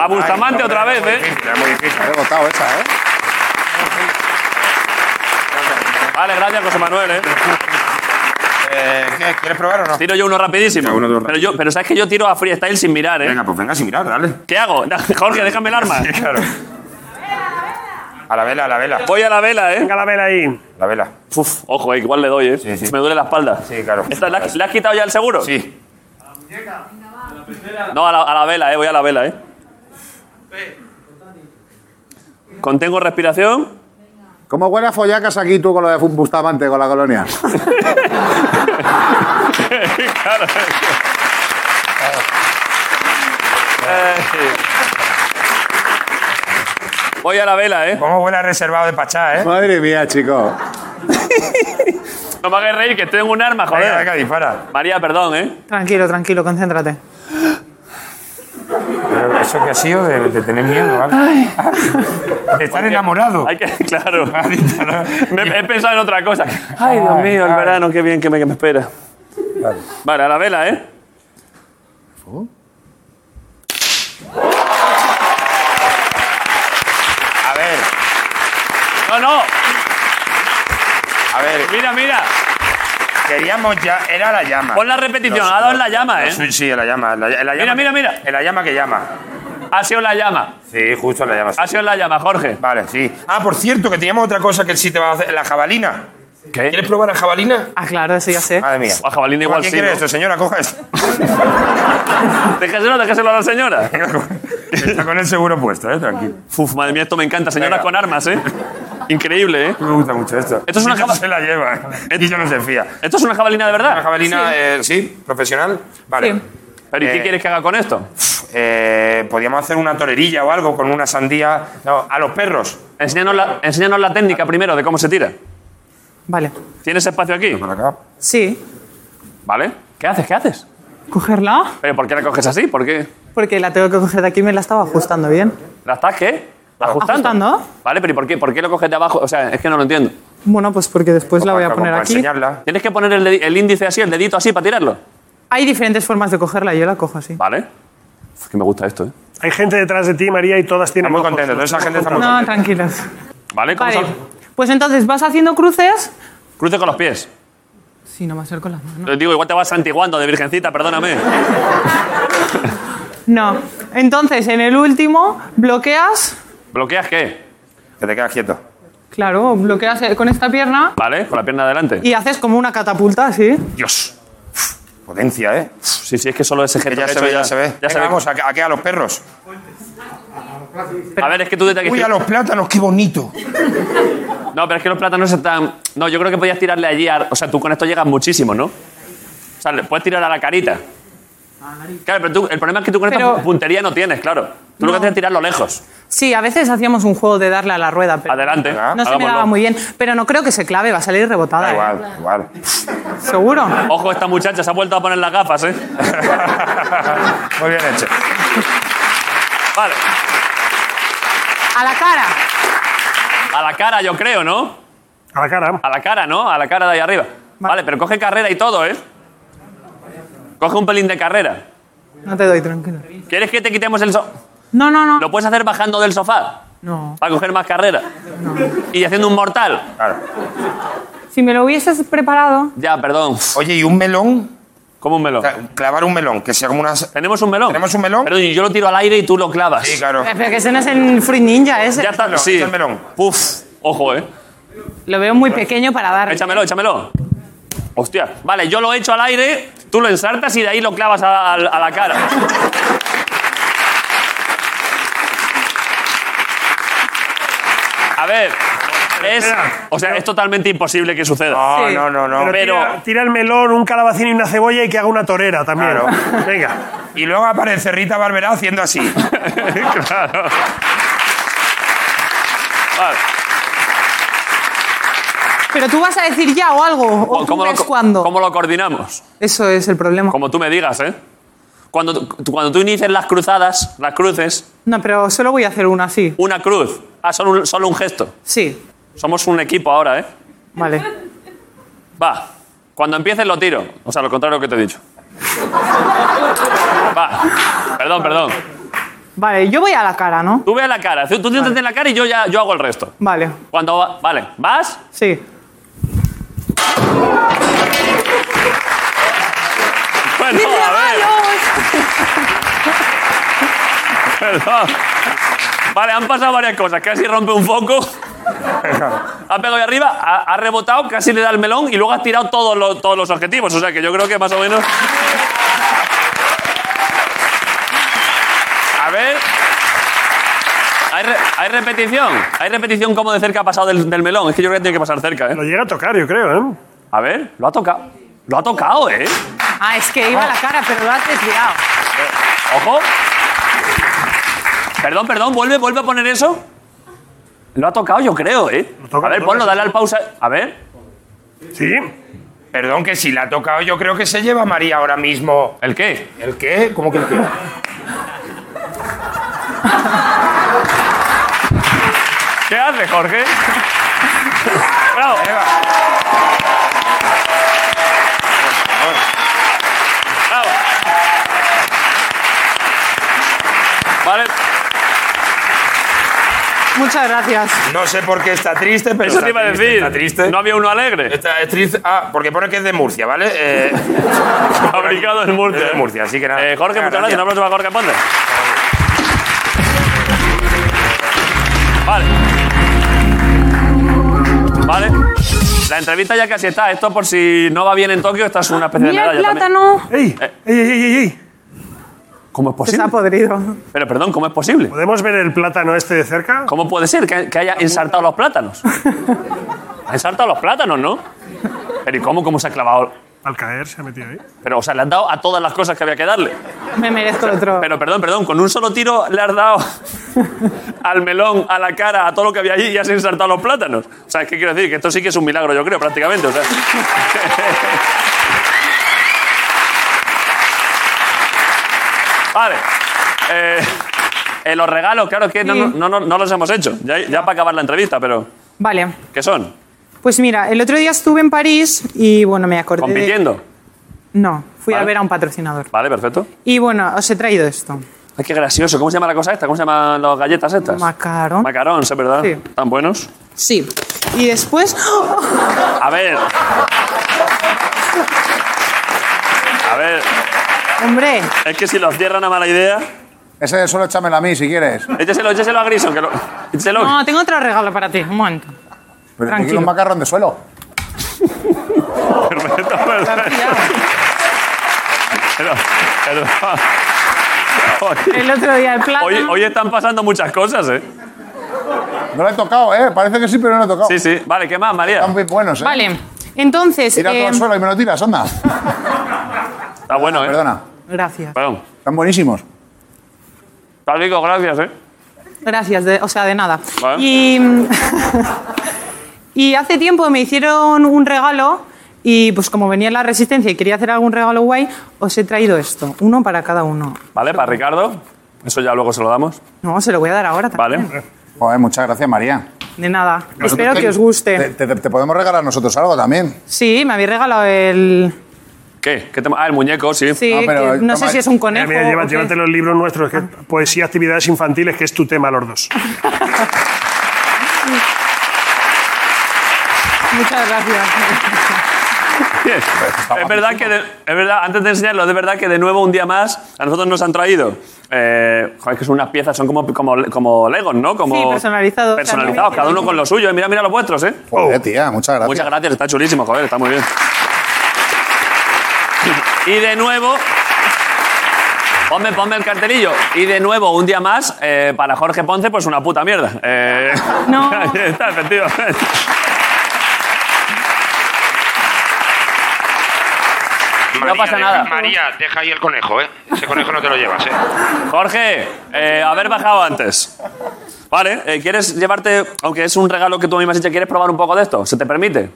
Speaker 1: A Bustamante otra vez, ¿eh?
Speaker 5: Es muy difícil.
Speaker 3: He votado esa, ¿eh?
Speaker 1: Vale, gracias, José Manuel, ¿eh?
Speaker 5: Eh, ¿qué? ¿Quieres probar o no?
Speaker 1: Tiro yo uno rapidísimo.
Speaker 5: Venga, uno, dos,
Speaker 1: Pero, yo, pero sabes que yo tiro a freestyle sin mirar, ¿eh?
Speaker 5: Venga, pues venga, sin mirar, dale.
Speaker 1: ¿Qué hago? Jorge, déjame el arma.
Speaker 5: Sí, claro. A la vela, a la vela.
Speaker 1: Voy a la vela, ¿eh?
Speaker 2: Venga, la vela ahí.
Speaker 5: A la vela.
Speaker 1: Uf, ojo, eh, que igual le doy, ¿eh?
Speaker 5: Sí, sí.
Speaker 1: Me duele la espalda.
Speaker 5: Sí, claro.
Speaker 1: Esta, ¿la, le has quitado ya el seguro?
Speaker 5: Sí.
Speaker 1: No, a la, a la vela, ¿eh? Voy a la vela, ¿eh? Contengo respiración.
Speaker 3: ¿Cómo buenas follacas aquí tú con lo de Bustamante, con la colonia?
Speaker 1: claro. Eh, Voy a la vela, ¿eh?
Speaker 5: ¿Cómo huele a reservado de Pachá, eh?
Speaker 3: Madre mía, chico.
Speaker 1: No me hagas reír, que tengo un arma, joder.
Speaker 5: Venga, venga, dispara.
Speaker 1: María, perdón, ¿eh?
Speaker 6: Tranquilo, tranquilo, concéntrate.
Speaker 5: Pero eso que ha sido de, de tener miedo, ¿vale? De estar enamorado.
Speaker 1: Hay que, claro.
Speaker 5: Ah, disparar.
Speaker 1: Me- he pensado en otra cosa. Ay, Dios mío, el verano, qué bien que me, que me espera. Vale, a la vela, ¿eh?
Speaker 5: A ver,
Speaker 1: No, no,
Speaker 5: a ver.
Speaker 1: mira, mira.
Speaker 5: Queríamos ya. Era la llama.
Speaker 1: Pon la repetición, ha dado en la llama, ¿eh?
Speaker 5: Sí, sí, la llama. La, la
Speaker 1: Mira,
Speaker 5: llama
Speaker 1: mira, mira.
Speaker 5: La llama que llama.
Speaker 1: ¿eh? Ha sido la llama,
Speaker 5: Sí, justo la llama. sí.
Speaker 1: ha sido la llama, Jorge.
Speaker 5: Vale, sí. Ah, por cierto, que teníamos otra cosa que sí te va a hacer. La jabalina. ¿Quieres
Speaker 1: ¿Qué?
Speaker 5: probar la jabalina?
Speaker 6: Ah, claro, eso ya sé.
Speaker 5: Madre mía.
Speaker 1: A jabalina
Speaker 5: ¿Quién
Speaker 1: igual sí.
Speaker 5: quiere
Speaker 1: ¿no?
Speaker 5: esto, señora? Coja esto.
Speaker 1: Déjaselo, déjaselo a la señora.
Speaker 5: Está con el seguro puesto, eh, tranquilo.
Speaker 1: Uf, madre mía, esto me encanta. Señoras
Speaker 5: Venga.
Speaker 1: con armas, ¿eh? Increíble, ¿eh?
Speaker 5: Me gusta mucho esto.
Speaker 1: Esto es una
Speaker 5: Y
Speaker 1: jaba-
Speaker 5: se la lleva. eh. Y yo no se fía.
Speaker 1: ¿Esto es una jabalina de
Speaker 5: Una
Speaker 1: verdad?
Speaker 5: jabalina, eh, sí, profesional. Vale.
Speaker 6: Sí.
Speaker 1: ¿Pero y qué
Speaker 5: Eh.
Speaker 1: quieres que haga con esto?
Speaker 5: Eh, Podríamos hacer una torerilla o algo con una sandía. No, a los perros.
Speaker 1: Enséñanos la, enséñanos la técnica primero de cómo se tira.
Speaker 6: Vale.
Speaker 1: ¿Tienes espacio aquí?
Speaker 5: Por acá.
Speaker 6: Sí.
Speaker 1: ¿Vale? ¿Qué haces? ¿Qué haces?
Speaker 6: ¿Cogerla?
Speaker 1: ¿Pero por qué la coges así? ¿Por qué?
Speaker 6: Porque la tengo que coger de aquí, me la estaba ajustando bien.
Speaker 1: ¿La estás qué? Ajustando.
Speaker 6: Ajustando.
Speaker 1: Vale, pero ¿y por qué? ¿Por qué lo coges de abajo? O sea, es que no lo entiendo.
Speaker 6: Bueno, pues porque después la voy a
Speaker 5: Para-
Speaker 6: poner
Speaker 5: para
Speaker 6: aquí.
Speaker 5: enseñarla.
Speaker 1: Tienes que poner el, dedi- el índice así, el dedito así para tirarlo.
Speaker 6: Hay diferentes formas de cogerla, yo la cojo así.
Speaker 1: Vale. Uf, que me gusta esto, ¿eh?
Speaker 2: Hay gente detrás de ti, María, y todas tienen.
Speaker 5: Está muy
Speaker 2: ojos.
Speaker 5: contento. Toda esa gente está muy
Speaker 6: No,
Speaker 5: contenta.
Speaker 6: tranquilos.
Speaker 1: Vale, ¿cómo
Speaker 6: Vale.
Speaker 1: sal-
Speaker 6: Pues entonces vas haciendo cruces.
Speaker 1: Cruce con los pies.
Speaker 6: Sí, no va a ser con las manos.
Speaker 1: Te digo, igual te vas santiguando de virgencita, perdóname.
Speaker 6: No. Entonces, en el último, bloqueas.
Speaker 1: ¿Bloqueas qué?
Speaker 5: Que te quedas quieto.
Speaker 6: Claro, bloqueas eh, con esta pierna
Speaker 1: ¿Vale? Con la pierna adelante.
Speaker 6: y haces como una catapulta, ¿sí?
Speaker 1: Dios.
Speaker 5: Potencia, ¿eh?
Speaker 1: Sí, sí, es que solo ese
Speaker 5: Que
Speaker 1: gesto
Speaker 5: ya
Speaker 1: que he
Speaker 5: se
Speaker 1: hecho
Speaker 5: ve, ya se ve.
Speaker 1: ya se
Speaker 5: Venga,
Speaker 1: ve.
Speaker 5: Vamos, ¿a, qué- a qué? A los perros.
Speaker 1: A ver, es que tú desde aquí...
Speaker 5: Uy, a los plátanos, qué bonito.
Speaker 1: No, pero es que los plátanos están... No, yo creo que podías tirarle allí... a- O sea, tú con esto llegas muchísimo, ¿no? O sea, le puedes tirar a la carita. Claro, pero tú, el problema es que tú con esta
Speaker 6: Pero-
Speaker 1: puntería no tienes, claro. Tú lo que haces es tirarlo lejos.
Speaker 6: Sí, a veces hacíamos un juego de darle a la rueda, pero
Speaker 1: Adelante.
Speaker 6: no se me
Speaker 1: hagámoslo.
Speaker 6: daba muy bien. Pero no creo que se clave, va a salir rebotada.
Speaker 5: Da
Speaker 6: ¿eh?
Speaker 5: igual, igual.
Speaker 6: Seguro.
Speaker 1: Ojo, esta muchacha se ha vuelto a poner las gafas, ¿eh?
Speaker 5: Muy bien hecho.
Speaker 1: Vale.
Speaker 6: A la cara.
Speaker 1: A la cara, yo creo, ¿no?
Speaker 2: A la cara.
Speaker 1: A la cara, ¿no? A la cara de ahí arriba. Vale, pero coge carrera y todo, ¿eh? Coge un pelín de carrera.
Speaker 6: No te doy, tranquilo.
Speaker 1: ¿Quieres que te quitemos el sofá?
Speaker 6: No, no, no.
Speaker 1: Lo puedes hacer bajando del sofá
Speaker 6: No.
Speaker 1: para coger más carrera. Y haciendo un mortal.
Speaker 6: Si me lo hubieses preparado.
Speaker 1: Ya, perdón.
Speaker 5: Oye, ¿y un melón?
Speaker 1: Como un melón.
Speaker 5: Cla- Clavar un melón, que sea como una.
Speaker 1: Tenemos un melón.
Speaker 5: ¿Tenemos un melón?
Speaker 1: Perdón, y yo lo tiro al aire y tú lo clavas.
Speaker 5: Sí, claro.
Speaker 6: Eh, Pero que ese no es el Fruit Ninja, ese.
Speaker 1: Ya está,
Speaker 5: Échalo,
Speaker 1: sí.
Speaker 5: echa el melón.
Speaker 1: Puf, ojo, ¿eh?
Speaker 6: Lo veo muy pequeño para dar.
Speaker 1: Échamelo, échamelo. Hostia. Vale, yo lo echo al aire, tú lo ensartas y de ahí lo clavas a, a- a la cara. A ver, es, o sea, es totalmente imposible que suceda.
Speaker 5: No,
Speaker 6: Sí.
Speaker 5: Ah, no, no, no.
Speaker 2: Pero, tira, tira el melón, un calabacín y una cebolla y que haga una torera también.
Speaker 5: Claro.
Speaker 2: Venga.
Speaker 5: Y luego aparece Rita Barberá haciendo así.
Speaker 1: claro.
Speaker 6: Pero tú vas a decir ya o algo. O tú
Speaker 1: ¿Cómo lo,
Speaker 6: ves
Speaker 1: co-
Speaker 6: cuándo.
Speaker 1: ¿Cómo lo coordinamos?
Speaker 6: Eso es el problema.
Speaker 1: Como tú me digas, ¿eh? Cuando, tú- cuando tú inicies las cruzadas, las cruces,
Speaker 6: No, pero solo voy a hacer una así.
Speaker 1: una cruz. Ah, solo un, solo un gesto.
Speaker 6: Sí.
Speaker 1: Somos un equipo ahora, ¿eh?
Speaker 6: Vale.
Speaker 1: Va. Cuando empieces lo tiro. O sea, lo contrario que te he dicho. Va. Perdón, perdón.
Speaker 6: Vale, yo voy a la cara, ¿no?
Speaker 1: Tú ve a la cara. Tú tú te en la cara y yo ya yo hago el resto.
Speaker 6: Vale,
Speaker 1: Cuando va- vale, vas,
Speaker 6: sí.
Speaker 1: Bueno,
Speaker 6: ¡Dice
Speaker 1: a ver,
Speaker 6: "Vamos".
Speaker 1: perdón. Vale, han pasado varias cosas. Casi rompe un foco. Ha pegado ahí arriba, ha, ha rebotado, casi le da el melón y luego has tirado todos los, todos los objetivos. O sea que yo creo que más o menos. A ver. ¿Hay, re- hay repetición? ¿Hay repetición como de cerca ha pasado del, del melón? Es que yo creo que tiene que pasar cerca, ¿eh?
Speaker 2: Lo llega a tocar, yo creo, ¿eh?
Speaker 1: A ver, lo ha tocado. Lo ha tocado, ¿eh?
Speaker 6: Ah, es que iba a la cara, pero lo has desviado.
Speaker 1: Ojo. Perdón, perdón, vuelve, vuelve a poner eso. Lo ha tocado, yo creo, ¿eh?
Speaker 2: Lo toca,
Speaker 1: a ver,
Speaker 2: lo toca,
Speaker 1: ponlo,
Speaker 2: sí.
Speaker 1: dale al pausa. A ver.
Speaker 2: Sí.
Speaker 5: Perdón, que si la ha tocado, yo creo que se lleva a María ahora mismo.
Speaker 1: ¿El qué?
Speaker 5: ¿El qué? ¿Cómo que el qué?
Speaker 1: ¿Qué hace, Jorge? Bravo.
Speaker 5: Eva.
Speaker 1: Bravo. Vale,
Speaker 6: Muchas gracias.
Speaker 5: No sé por qué está triste, pero.
Speaker 1: eso
Speaker 5: está
Speaker 1: te iba a
Speaker 5: triste,
Speaker 1: decir.
Speaker 5: Está triste.
Speaker 1: No había uno alegre.
Speaker 5: Está es triste. Ah, porque pone que es de Murcia, ¿vale? Eh,
Speaker 1: Fabricado en Murcia.
Speaker 5: Es de Murcia, así que nada.
Speaker 1: Eh, Jorge,
Speaker 5: Nada,
Speaker 1: muchas gracias. Un aplauso para Jorge Ponte. Vale. Vale. La entrevista ya casi está. Esto por si no va bien en Tokio, esta es una especie de
Speaker 6: Mira el
Speaker 1: medalla también.
Speaker 6: plátano.
Speaker 2: ¡Ey!
Speaker 1: Eh.
Speaker 2: ¡Ey, ey, ey, ey!
Speaker 1: ¿Cómo es
Speaker 6: Se
Speaker 1: posible?
Speaker 6: ha podrido.
Speaker 1: Pero perdón, ¿cómo es posible?
Speaker 2: ¿Podemos ver el plátano este de cerca?
Speaker 1: ¿Cómo puede ser que, que haya ensartado los plátanos? Ha ensartado los plátanos, ¿no? Pero ¿y cómo? ¿Cómo se ha clavado?
Speaker 2: Al caer se ha metido ahí.
Speaker 1: Pero, o sea, le han dado a todas las cosas que había que darle.
Speaker 6: Me merezco el otro.
Speaker 1: Pero perdón, perdón, con un solo tiro le has dado al melón, a la cara, a todo lo que había allí y has insertado los plátanos. O sea, ¿qué quiero decir? Que esto sí que es un milagro, yo creo, prácticamente. o sea. vale. Eh, eh, los regalos, claro que no,
Speaker 6: Sí.
Speaker 1: no, no- no los hemos hecho. Ya, ya para acabar la entrevista, pero
Speaker 6: Vale.
Speaker 1: ¿qué son?
Speaker 6: Pues mira, el otro día estuve en París y bueno, me acordé. de-
Speaker 1: ¿Compitiendo?
Speaker 6: No, fui a
Speaker 1: Vale.
Speaker 6: ver a un patrocinador.
Speaker 1: Vale, perfecto.
Speaker 6: Y bueno, os he traído esto.
Speaker 1: Ay, qué gracioso. ¿Cómo se llama la cosa esta? ¿Cómo se llaman las galletas estas?
Speaker 6: Macarón.
Speaker 1: Macarón, ¿es verdad?
Speaker 6: Sí.
Speaker 1: Tan buenos.
Speaker 6: Sí. Y después. ¡oh!
Speaker 1: A ver. A ver,
Speaker 6: Hombre,
Speaker 1: es que si lo cierran a mala idea.
Speaker 3: Ese solo échamelo a mí si quieres.
Speaker 1: Échaselo, échaselo a Grison, que lo. Échaselo.
Speaker 6: no, tengo otro regalo para ti. Un momento.
Speaker 3: Pero te
Speaker 6: Tranquilo.
Speaker 3: quiero un macarrón de suelo.
Speaker 1: Perfecto, perfecto. Perdón, perdón. Hoy,
Speaker 6: El otro día el plátano.
Speaker 1: hoy- hoy están pasando muchas cosas, ¿eh?
Speaker 3: No lo he tocado, ¿eh? Parece que sí, pero no lo he tocado.
Speaker 1: Sí, sí. Vale, ¿qué más, María?
Speaker 3: Están muy buenos, ¿eh?
Speaker 6: Vale. Entonces.
Speaker 3: Tira todo
Speaker 6: eh,
Speaker 3: al suelo y me lo tiras, anda.
Speaker 1: Está bueno, ¿eh?
Speaker 3: Perdona.
Speaker 6: gracias.
Speaker 1: Perdón.
Speaker 3: Están buenísimos.
Speaker 1: Está rico, gracias, ¿eh?
Speaker 6: Gracias, de- o sea, de nada.
Speaker 1: Vale.
Speaker 6: Y, y hace tiempo me hicieron un regalo y pues como venía la resistencia y quería hacer algún regalo guay, os he traído esto, uno para cada uno.
Speaker 1: Vale, para Ricardo. Eso ya luego se lo damos.
Speaker 6: No, se lo voy a dar ahora
Speaker 1: Vale.
Speaker 6: también.
Speaker 3: Joder, muchas gracias, María.
Speaker 6: De nada. Espero
Speaker 3: Nosotros
Speaker 6: que
Speaker 3: te-
Speaker 6: os guste.
Speaker 3: Te, te- te podemos regalar nosotros algo también.
Speaker 6: Sí, me habéis regalado el...
Speaker 1: ¿Qué? ¿Qué te- Ah, el muñeco, sí.
Speaker 6: Sí,
Speaker 3: No,
Speaker 6: que no,
Speaker 3: pero toma-
Speaker 6: sé si es un
Speaker 2: Mira,
Speaker 6: conejo.
Speaker 2: mira, lleva-
Speaker 6: o qué.
Speaker 2: llévate los libros nuestros, que
Speaker 1: Ah.
Speaker 2: poesía, actividades infantiles, que es tu tema, los dos.
Speaker 6: Muchas gracias.
Speaker 1: Bien. Es verdad que, de- es verdad, antes de enseñarlo, es verdad que de nuevo un día más a nosotros nos han traído. Eh, joder, que son unas piezas, son como, como, como Legos, ¿no? Como
Speaker 6: Sí, personalizados.
Speaker 1: Personalizados, cada uno con lo suyo. Eh, Mira, mira los vuestros, ¿eh?
Speaker 3: Joder, tía, muchas gracias.
Speaker 1: Muchas gracias, está chulísimo, joder, está muy bien. Y de nuevo. Ponme, ponme el cartelillo. Y de nuevo, un día más, eh, para Jorge Ponce, pues una puta mierda. Eh,
Speaker 6: No.
Speaker 1: ahí está, efectivamente.
Speaker 5: María,
Speaker 1: pasa
Speaker 5: deja-
Speaker 1: nada.
Speaker 5: María, deja ahí el conejo, ¿eh? Ese conejo no te lo llevas, ¿eh?
Speaker 1: Jorge, eh, haber bajado antes. Vale, eh, ¿quieres llevarte, aunque es un regalo que tú a mí me has hecho, ¿quieres probar un poco de esto? ¿Se te permite?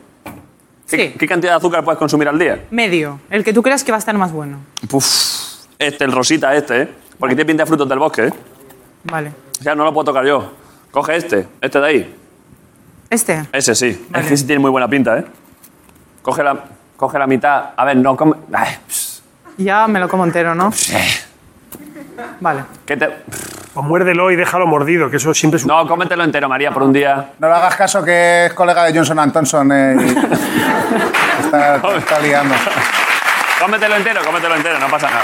Speaker 1: ¿Qué,
Speaker 6: Sí.
Speaker 1: qué cantidad de azúcar puedes consumir al día?
Speaker 6: Medio. El que tú creas que va a estar más bueno.
Speaker 1: Puf, este, el rosita este, ¿eh? Porque tiene pinta de frutos del bosque, ¿eh?
Speaker 6: Vale.
Speaker 1: O sea, no lo puedo tocar yo. Coge este, este de ahí.
Speaker 6: Este.
Speaker 1: Ese sí.
Speaker 6: Vale.
Speaker 1: Es que ese tiene muy buena pinta, ¿eh? Coge la, coge la mitad. A ver, no come... Ay, pss,
Speaker 6: Ya me lo como entero, ¿no?
Speaker 1: pss,
Speaker 6: Vale.
Speaker 1: ¿qué te-
Speaker 2: Pues muérdelo y déjalo mordido, que eso siempre es un...
Speaker 1: No, cómetelo entero, María, por un día.
Speaker 3: No le hagas caso que es colega de Johnson and Thompson. eh, y- está, está liando.
Speaker 1: Cómetelo entero, cómetelo entero, no pasa nada.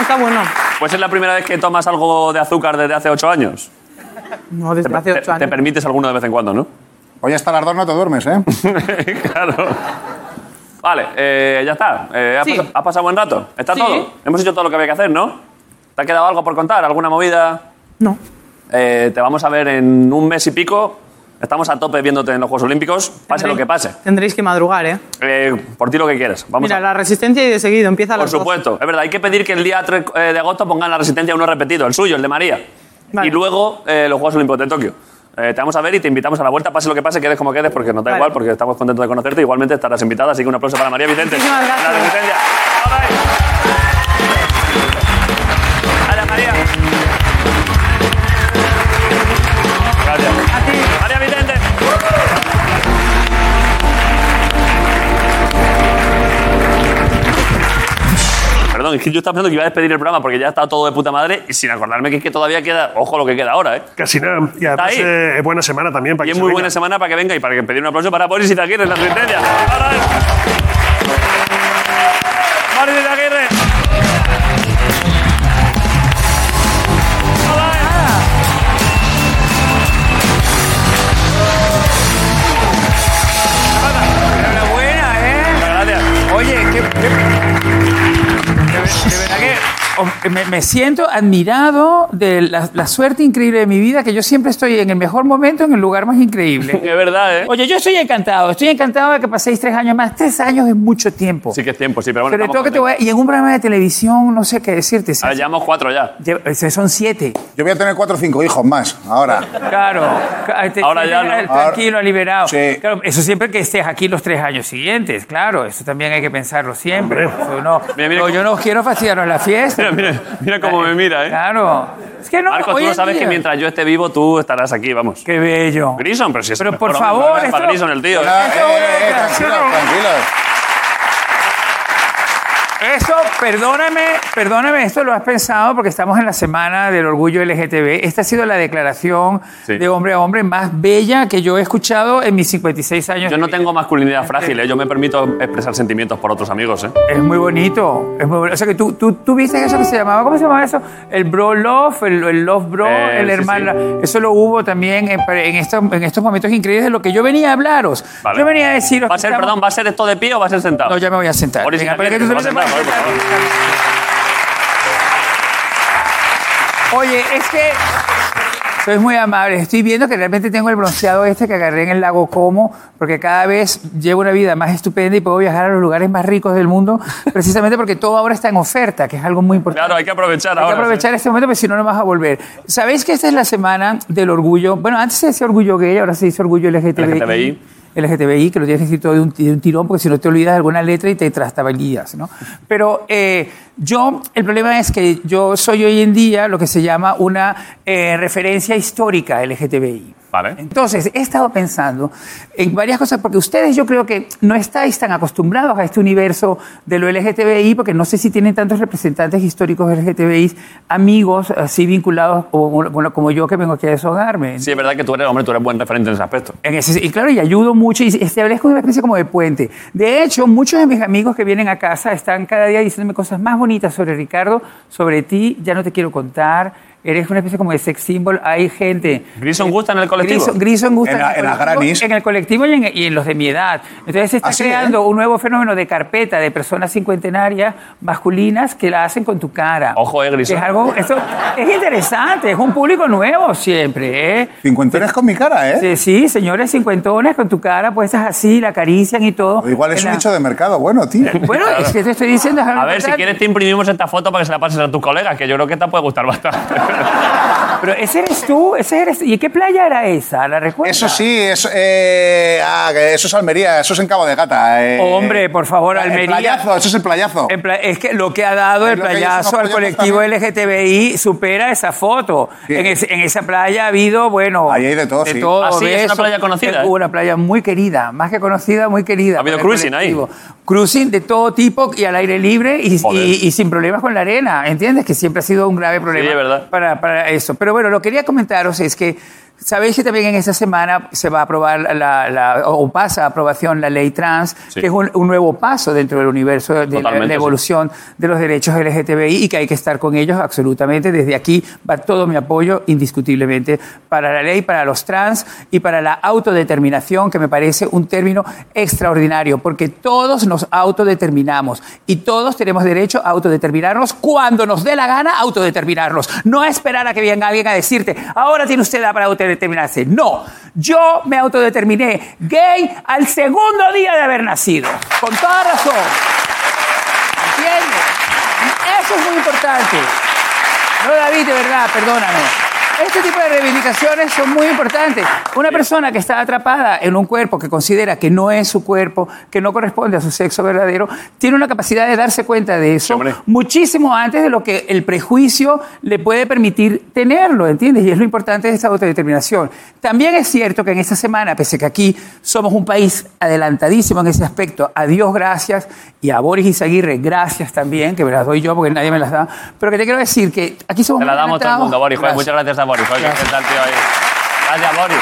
Speaker 6: Está bueno.
Speaker 1: Pues es la primera vez que tomas algo de azúcar desde hace ocho años.
Speaker 6: No, desde hace
Speaker 1: Te-
Speaker 6: ocho
Speaker 1: Te,
Speaker 6: años.
Speaker 1: permites alguno de vez en cuando, ¿no?
Speaker 3: Hoy hasta las dos no te duermes, ¿eh?
Speaker 1: claro. Vale, eh, ya está. Eh, ¿has,
Speaker 6: Sí.
Speaker 1: pas- has pasado buen rato? ¿Está
Speaker 6: Sí.
Speaker 1: todo? Hemos hecho todo lo que había que hacer, ¿no? ¿Te ha quedado algo por contar? ¿Alguna movida?
Speaker 6: No.
Speaker 1: Eh, te vamos a ver en un mes y pico. Estamos a tope viéndote en los Juegos Olímpicos. Pase lo que pase.
Speaker 6: Tendréis que madrugar, ¿eh?
Speaker 1: Eh, por ti lo que quieras. Vamos
Speaker 6: Mira,
Speaker 1: a...
Speaker 6: la resistencia y de seguido empieza a
Speaker 1: Por
Speaker 6: las doce.
Speaker 1: supuesto, es verdad. Hay que pedir que el día 3 eh, de agosto pongan la resistencia a uno repetido, el suyo, el de María.
Speaker 6: Vale.
Speaker 1: Y luego eh, los Juegos Olímpicos de Tokio. Eh, te vamos a ver y te invitamos a la vuelta, pase lo que pase, quedes como quedes, porque no da
Speaker 6: Vale.
Speaker 1: igual, porque estamos contentos de conocerte. Igualmente estarás invitada, así que un aplauso para María Vicente.
Speaker 6: Muchísimas
Speaker 1: La
Speaker 6: gracias.
Speaker 1: resistencia. All right. Gracias, María. Gracias.
Speaker 6: A ti.
Speaker 1: María Vicente. Perdón, es que yo estaba pensando que iba a despedir el programa porque ya está todo de puta madre y sin acordarme que es que todavía queda, ojo lo que queda ahora, ¿eh?
Speaker 2: Casi nada. Y además
Speaker 1: ahí.
Speaker 2: eh, es buena semana también para
Speaker 1: Y
Speaker 2: que
Speaker 1: es
Speaker 2: se
Speaker 1: muy
Speaker 2: venga.
Speaker 1: buena semana para que venga y para que pedir un aplauso para Boris Izaguirre en la sentencia. ¡Boris Izaguirre!
Speaker 7: Enhorabuena, ¿eh?
Speaker 1: Gracias.
Speaker 7: Oye, que, que- de ver- de verdad que o- Oh, me, me siento admirado de la, la suerte increíble de mi vida, que yo siempre estoy en el mejor momento, en el lugar más increíble.
Speaker 1: Es verdad, ¿eh?
Speaker 7: Oye, yo estoy encantado, estoy encantado de que paséis tres años más. Tres años es mucho tiempo.
Speaker 1: Sí que es tiempo, sí, pero bueno.
Speaker 7: Sobre
Speaker 1: estamos
Speaker 7: todo que te voy a- y en un programa de televisión, no sé qué decirte.
Speaker 1: contentos. A ver, llevamos cuatro ya.
Speaker 7: Lle- eh, Son siete.
Speaker 3: Yo voy a tener cuatro o cinco hijos más ahora.
Speaker 7: Claro. ca- eh, te
Speaker 1: Ahora ya
Speaker 7: sientes
Speaker 1: no.
Speaker 7: Tranquilo, liberado.
Speaker 3: Sí.
Speaker 7: Claro, eso siempre que estés aquí los tres años siguientes, claro. Eso también hay que pensarlo siempre. Eso no-
Speaker 1: Mira, mira
Speaker 7: no,
Speaker 1: cómo-
Speaker 7: yo no quiero fastidiaros la fiesta.
Speaker 1: Mira, mira, mira cómo me mira, ¿eh?
Speaker 7: Claro. Es que no,
Speaker 1: Marco, tú
Speaker 7: hoy
Speaker 1: no
Speaker 7: en
Speaker 1: sabes
Speaker 7: día-
Speaker 1: que mientras yo esté vivo, tú estarás aquí, vamos.
Speaker 7: Qué bello.
Speaker 1: Grison, pero si es
Speaker 7: Pero,
Speaker 1: el
Speaker 7: por
Speaker 1: mejor
Speaker 7: favor,
Speaker 1: hombre,
Speaker 7: esto-
Speaker 1: para Grison, el tío.
Speaker 3: Ah,
Speaker 7: Eso es una
Speaker 3: tranquilos,
Speaker 7: declaración.
Speaker 3: tranquilos.
Speaker 7: Eso, perdóname, perdóname, esto lo has pensado porque estamos en la semana del orgullo LGTB. Esta ha sido la declaración
Speaker 1: Sí.
Speaker 7: de hombre a hombre más bella que yo he escuchado en mis 56 años.
Speaker 1: Yo no
Speaker 7: de vida.
Speaker 1: tengo masculinidad frágil, ¿eh? yo me permito expresar sentimientos por otros amigos. ¿eh?
Speaker 7: Es muy bonito. Es muy bonito. O sea que tú, tú, tú viste eso que se llamaba, ¿cómo se llamaba eso? El bro love, el, el love bro,
Speaker 1: Eh,
Speaker 7: el
Speaker 1: sí,
Speaker 7: hermano. Eso lo hubo también en, en estos, en estos momentos increíbles de lo que yo venía a hablaros.
Speaker 1: Vale.
Speaker 7: Yo venía a deciros.
Speaker 1: ¿Va a
Speaker 7: que
Speaker 1: ser,
Speaker 7: estamos-
Speaker 1: perdón, va a ser esto de pie o va a ser sentado?
Speaker 7: No, ya me voy a sentar.
Speaker 1: Boris
Speaker 7: Venga,
Speaker 1: Izaguirre,
Speaker 7: para que tú
Speaker 1: se va a sentar,
Speaker 7: también te puedas
Speaker 1: por favor.
Speaker 7: Oye, es que sois muy amables. Estoy viendo que realmente tengo el bronceado este que agarré en el lago Como, porque cada vez llevo una vida más estupenda y puedo viajar a los lugares más ricos del mundo, precisamente porque todo ahora está en oferta, que es algo muy importante.
Speaker 1: Claro, hay que aprovechar
Speaker 7: Hay
Speaker 1: ahora.
Speaker 7: que aprovechar este momento, porque si no, no vas a volver. ¿Sabéis que esta es la semana del orgullo? Bueno, antes se decía orgullo gay, ahora se dice orgullo LGTBI.
Speaker 1: LGTBI.
Speaker 7: LGTBI, que lo tienes que decir todo de un, de un tirón, porque si no te olvidas de alguna letra y te trastabalías, ¿no? Pero eh, yo, el problema es que yo soy hoy en día lo que se llama una eh, referencia histórica LGTBI.
Speaker 1: Vale.
Speaker 7: Entonces, he estado pensando en varias cosas, porque ustedes yo creo que no estáis tan acostumbrados a este universo de lo LGTBI, porque no sé si tienen tantos representantes históricos LGTBI, amigos así vinculados como, como- como yo que vengo aquí a deshogarme.
Speaker 1: Sí, es verdad que tú eres, hombre, tú eres buen referente en ese aspecto.
Speaker 7: En ese- y claro, y ayudo mucho y establezco una especie como de puente. De hecho, muchos de mis amigos que vienen a casa están cada día diciéndome cosas más bonitas sobre Ricardo, sobre ti, ya no te quiero contar. eres una especie como de sex symbol. Hay gente.
Speaker 1: Grison gusta en el colectivo.
Speaker 7: Grison, Grison gusta
Speaker 3: En la- en
Speaker 7: el
Speaker 3: las
Speaker 7: colectivo,
Speaker 3: granis.
Speaker 7: en el colectivo y en, y en los de mi edad. Entonces se está
Speaker 3: Así,
Speaker 7: creando un nuevo fenómeno de carpeta de personas cincuentenarias masculinas que la hacen con tu cara.
Speaker 1: Ojo, eh, Grison.
Speaker 7: Que Es algo, eso es interesante, es un público nuevo siempre, ¿eh?
Speaker 3: Cincuentones con mi cara, ¿eh?
Speaker 7: Sí, sí, señores cincuentones con tu cara puestas así, la acarician y todo.
Speaker 3: Igual es
Speaker 7: En
Speaker 3: un
Speaker 7: la-
Speaker 3: hecho de mercado, bueno, tío.
Speaker 7: Bueno, es que te estoy diciendo.
Speaker 1: A ver, si quieres te imprimimos esta foto para que se la pases a tus colegas, que yo creo que te puede gustar bastante.
Speaker 7: Pero ese eres tú, ese eres. ¿Y qué playa era esa? ¿La recuerdas?
Speaker 3: Eso sí, eso, eh, ah, que eso es Almería, eso es en Cabo de Gata. eh.
Speaker 7: Oh, Hombre, por favor,
Speaker 3: El
Speaker 7: Almería.
Speaker 3: playazo, eso es el playazo.
Speaker 7: En pla- Es que lo que ha dado
Speaker 3: Es
Speaker 7: el
Speaker 3: lo que dicen los
Speaker 7: playazo al
Speaker 3: payasos
Speaker 7: colectivo
Speaker 3: también.
Speaker 7: LGTBI supera esa foto.
Speaker 3: Sí.
Speaker 7: En, ese- en esa playa ha habido, bueno.
Speaker 3: Ahí hay de todo, sí.
Speaker 1: Ah, sí, es una
Speaker 7: besos.
Speaker 1: playa conocida,
Speaker 7: Es
Speaker 1: ¿eh?
Speaker 7: Una playa muy querida, más que conocida, muy querida.
Speaker 1: Ha habido
Speaker 7: para el
Speaker 1: cruising ahí.
Speaker 7: colectivo. Cruising de todo tipo y al aire libre y,
Speaker 1: Joder.
Speaker 7: y- y sin problemas con la arena, ¿entiendes? Que siempre ha sido un grave problema
Speaker 1: es verdad.
Speaker 7: Para, para eso. Pero bueno, lo quería comentaros es que sabéis que también en esta semana se va a aprobar la, la- o pasa a aprobación la ley trans,
Speaker 1: Sí.
Speaker 7: que es un, un nuevo paso dentro del universo de de la- la,
Speaker 1: Totalmente, sí.
Speaker 7: evolución de los derechos LGTBI y que hay que estar con ellos absolutamente. Desde aquí va todo mi apoyo indiscutiblemente para la ley, para los trans y para la autodeterminación, que me parece un término extraordinario, porque todos nos autodeterminamos y todos tenemos derecho a autodeterminarnos cuando nos dé la gana autodeterminarnos. No esperar a que venga alguien a decirte, ahora tiene usted edad para autodeterminarse. No, yo me autodeterminé gay al segundo día de haber nacido, con toda razón. ¿Entiendes? Eso es muy importante. No, David, de verdad, perdóname. Este tipo de reivindicaciones son muy importantes. Una persona que está atrapada en un cuerpo que considera que no es su cuerpo, que no corresponde a su sexo verdadero, tiene una capacidad de darse cuenta de eso
Speaker 1: hombre.
Speaker 7: muchísimo antes de lo que el prejuicio le puede permitir tenerlo, ¿entiendes? Y es lo importante de esta autodeterminación. También es cierto que en esta semana, pese que aquí somos un país adelantadísimo en ese aspecto, a Dios gracias y a Boris Izaguirre gracias también, que me las doy yo porque nadie me las da, pero que te quiero decir que aquí somos
Speaker 1: Te la damos
Speaker 7: muy
Speaker 1: todo el
Speaker 7: adelantados.
Speaker 1: mundo, Boris. Joder, muchas gracias a Boris. Joder, qué
Speaker 7: Gracias.
Speaker 1: tal, tío, ahí. Gracias, Boris.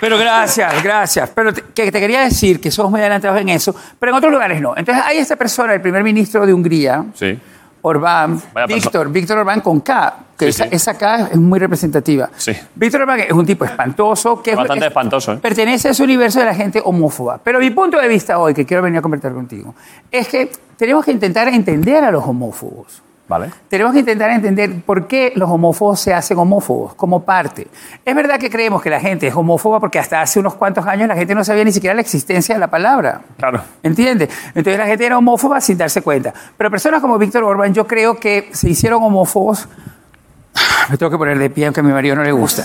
Speaker 7: Pero gracias, gracias. Pero te, que te quería decir que somos muy adelantados en eso, pero en otros lugares no. Entonces hay esta persona, el primer ministro de Hungría,
Speaker 1: Sí.
Speaker 7: Orbán,
Speaker 1: Vaya persona.
Speaker 7: Víctor, Víctor Orbán con K, que
Speaker 1: Sí,
Speaker 7: esa,
Speaker 1: sí.
Speaker 7: esa K es muy representativa.
Speaker 1: Sí.
Speaker 7: Víctor Orbán es un tipo espantoso. Que es-
Speaker 1: Bastante
Speaker 7: es-
Speaker 1: espantoso, ¿eh?
Speaker 7: Pertenece a ese universo de la gente homófoba. Pero mi punto de vista hoy, que quiero venir a conversar contigo, es que tenemos que intentar entender a los homófobos.
Speaker 1: Vale.
Speaker 7: Tenemos que intentar entender por qué los homófobos se hacen homófobos como parte. Es verdad que creemos que la gente es homófoba porque hasta hace unos cuantos años la gente no sabía ni siquiera la existencia de la palabra.
Speaker 1: Claro.
Speaker 7: ¿Entiendes? Entonces la gente era homófoba sin darse cuenta. Pero personas como Víctor Orbán yo creo que se hicieron homófobos. Me tengo que poner de pie aunque a mi marido no le gusta.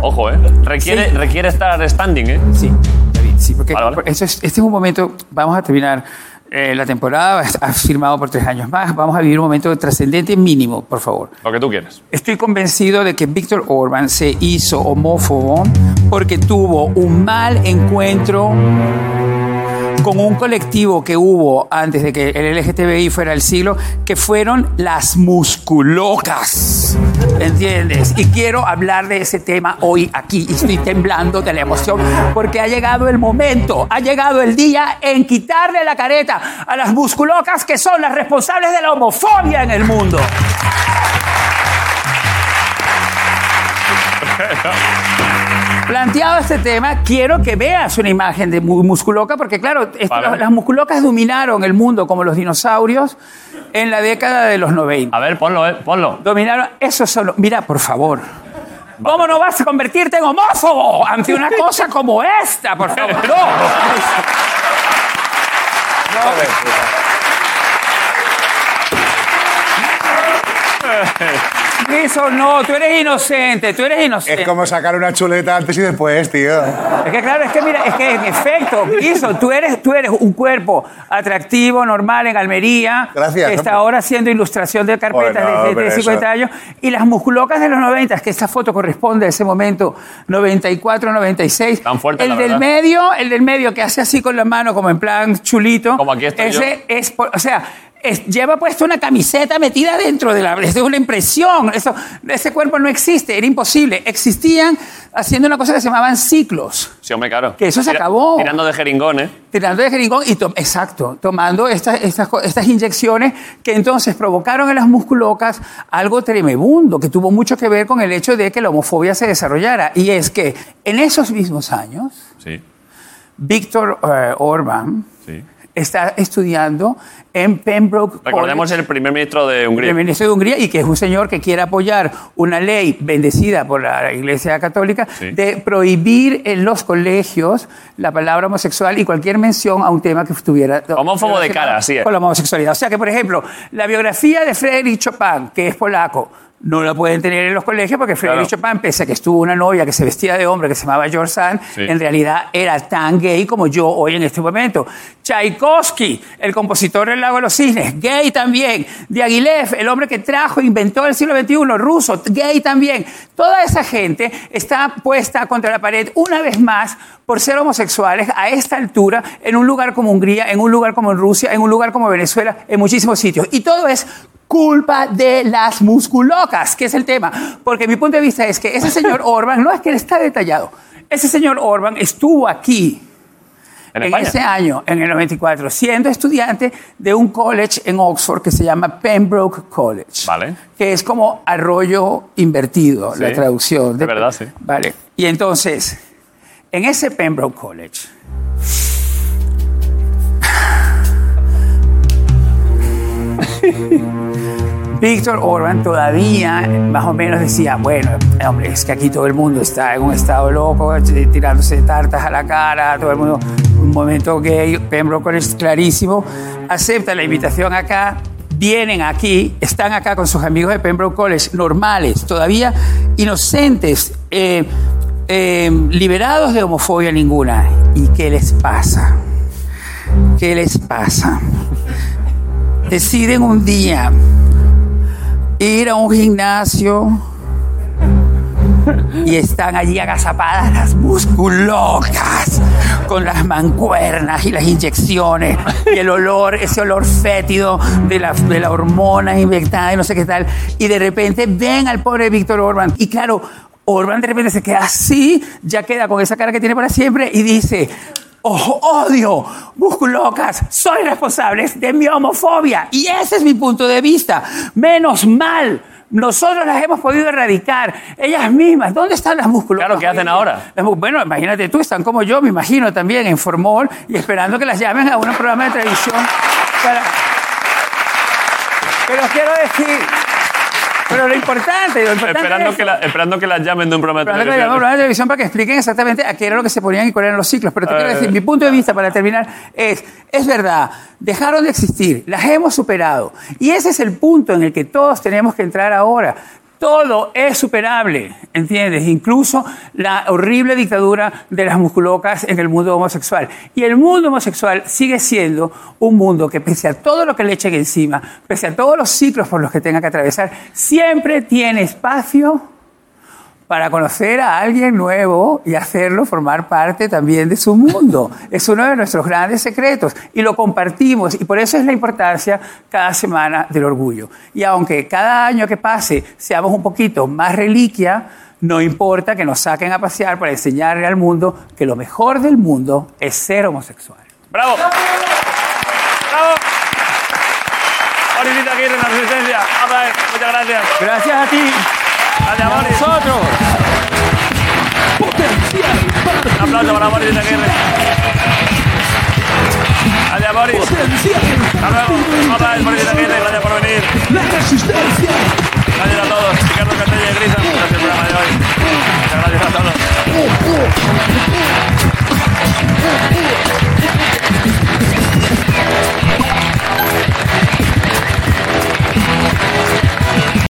Speaker 1: Ojo, ¿eh? Requiere,
Speaker 7: Sí.
Speaker 1: requiere estar standing, ¿eh?
Speaker 7: Sí, David, sí, porque
Speaker 1: Vale, vale.
Speaker 7: eso es- este es un momento, vamos a terminar eh, la temporada, has firmado por tres años más, vamos a vivir un momento trascendente mínimo, por favor.
Speaker 1: Lo que tú quieres.
Speaker 7: Estoy convencido de que Víctor Orban se hizo homófobo porque tuvo un mal encuentro con un colectivo que hubo antes de que el LGTBI fuera el siglo, que fueron las musculocas. ¿Entiendes? Y quiero hablar de ese tema hoy aquí. Y estoy temblando de la emoción porque ha llegado el momento, ha llegado el día en quitarle la careta a las musculocas que son las responsables de la homofobia en el mundo. Planteado este tema, quiero que veas una imagen de mu- musculoca, porque claro, esto-
Speaker 1: Vale.
Speaker 7: las, las musculocas dominaron el mundo como los dinosaurios en la década de los 90.
Speaker 1: A ver, ponlo, ¿eh? Ponlo.
Speaker 7: Dominaron, eso solo. Mira, por favor. ¿Cómo no vas a convertirte en homófobo ante una cosa como esta? Por favor, no. No. Eso no, tú eres inocente, tú eres inocente.
Speaker 3: Es como sacar una chuleta antes y después, tío.
Speaker 7: Es que claro, es que mira, es que en efecto, Guiso, tú eres, tú eres un cuerpo atractivo, normal en Almería.
Speaker 3: Gracias,
Speaker 7: Que está
Speaker 3: hombre.
Speaker 7: ahora haciendo ilustración de carpetas
Speaker 3: Bueno,
Speaker 7: desde-
Speaker 3: pero
Speaker 7: desde
Speaker 3: eso-
Speaker 7: 50 años. Y las musculocas de los 90, que esta foto corresponde a ese momento, 94, 96.
Speaker 1: Tan fuerte,
Speaker 7: El
Speaker 1: la
Speaker 7: del
Speaker 1: verdad.
Speaker 7: medio, el del medio que hace así con la mano, como en plan chulito.
Speaker 1: Como aquí estoy
Speaker 7: Ese es, por- o sea, es- lleva puesta una camiseta metida dentro de la... Eso es una impresión. Eso, ese cuerpo no existe, era imposible. Existían haciendo una cosa que se llamaban ciclos.
Speaker 1: Sí, hombre, claro.
Speaker 7: Que eso se acabó.
Speaker 1: Tirando de jeringón, ¿eh?
Speaker 7: Tirando de jeringón y tom- exacto, tomando estas, estas, co- estas inyecciones que entonces provocaron en las musculocas algo tremebundo que tuvo mucho que ver con el hecho de que la homofobia se desarrollara. Y es que en esos mismos años,
Speaker 1: Sí,
Speaker 7: Víctor eh, Orbán
Speaker 1: sí.
Speaker 7: está estudiando en Pembroke
Speaker 1: Recordemos el primer ministro de Hungría.
Speaker 7: el ministro de Hungría y que es un señor que quiere apoyar una ley bendecida por la Iglesia Católica
Speaker 1: Sí.
Speaker 7: de prohibir en los colegios la palabra homosexual y cualquier mención a un tema que estuviera
Speaker 1: Homófobo de cara, así es.
Speaker 7: con la homosexualidad. O sea que, por ejemplo, la biografía de Frédéric Chopin, que es polaco, no la pueden tener en los colegios porque Frédéric Chopin, pese a que estuvo una novia que se vestía de hombre que se llamaba George Sand,
Speaker 1: Sí.
Speaker 7: en realidad era tan gay como yo hoy en este momento. Tchaikovsky, el compositor del Lago de los Cisnes, gay también. Diaghilev, el hombre que trajo, inventó el siglo XXI, ruso, gay también. Toda esa gente está puesta contra la pared una vez más por ser homosexuales a esta altura en un lugar como Hungría, en un lugar como en Rusia, en un lugar como Venezuela, en muchísimos sitios. Y todo es culpa de las musculocas, que es el tema. Porque mi punto de vista es que ese señor Orban, no es que él está detallado, ese señor Orban estuvo aquí
Speaker 1: En
Speaker 7: en,
Speaker 1: España.
Speaker 7: ese año, en el 94, siendo estudiante de un college en Oxford que se llama Pembroke College,
Speaker 1: Vale.
Speaker 7: que es como arroyo invertido,
Speaker 1: Sí.
Speaker 7: la traducción.
Speaker 1: De verdad, sí.
Speaker 7: Vale. Y entonces, en ese Pembroke College, Víctor Orban todavía más o menos decía, bueno, hombre, es que aquí todo el mundo está en un estado loco, eh, tirándose tartas a la cara, todo el mundo, un momento gay, Pembroke es clarísimo, acepta la invitación acá, vienen aquí, están acá con sus amigos de Pembroke College, normales, todavía inocentes, eh, eh, liberados de homofobia ninguna. ¿Y qué les pasa? ¿Qué les pasa? Deciden un día ir a un gimnasio y están allí agazapadas las musculocas con las mancuernas y las inyecciones y el olor, ese olor fétido de la, de la hormona inyectada y no sé qué tal. Y de repente ven al pobre Víctor Orban. Y claro, Orban de repente se queda así, ya queda con esa cara que tiene para siempre y dice... "Ojo, odio, musculocas, soy responsables de mi homofobia. Y ese es mi punto de vista. Menos mal, nosotros las hemos podido erradicar, ellas mismas. ¿Dónde están las musculocas?
Speaker 1: Claro, ¿qué hacen ahora?
Speaker 7: Las mu- Bueno, imagínate tú, están como yo, me imagino también, en Formol y esperando que las llamen a un programa de televisión. para- Pero quiero decir, pero lo importante, lo importante
Speaker 1: Esperando
Speaker 7: es-
Speaker 1: que, la- esperando que las llamen de un programa de
Speaker 7: Pero ahora que le
Speaker 1: televisión.
Speaker 7: llamamos a la televisión para que expliquen exactamente a qué era lo que se ponían y cuáles eran los ciclos. Pero te quiero
Speaker 1: Eh.
Speaker 7: decir, mi punto de vista para terminar es, es verdad, dejaron de existir, las hemos superado. Y ese es el punto en el que todos tenemos que entrar ahora. Todo es superable, ¿entiendes? Incluso la horrible dictadura de las musculocas en el mundo homosexual. Y el mundo homosexual sigue siendo un mundo que pese a todo lo que le echen encima, pese a todos los ciclos por los que tenga que atravesar, siempre tiene espacio para conocer a alguien nuevo y hacerlo formar parte también de su mundo. Es uno de nuestros grandes secretos y lo compartimos y por eso es la importancia cada semana del orgullo. Y aunque cada año que pase seamos un poquito más reliquia, no importa que nos saquen a pasear para enseñarle al mundo que lo mejor del mundo es ser homosexual.
Speaker 1: ¡Bravo! ¡Bravo! Morisita Aguirre en la resistencia. Rafael, muchas gracias.
Speaker 7: Gracias a ti,
Speaker 1: Gracias,
Speaker 7: a
Speaker 1: Moris.
Speaker 7: nosotros.
Speaker 1: Un aplauso para Moris Aguirre. Gracias, Moris. Hasta luego. Rafael, Morisita Aguirre, gracias por venir.
Speaker 4: La resistencia.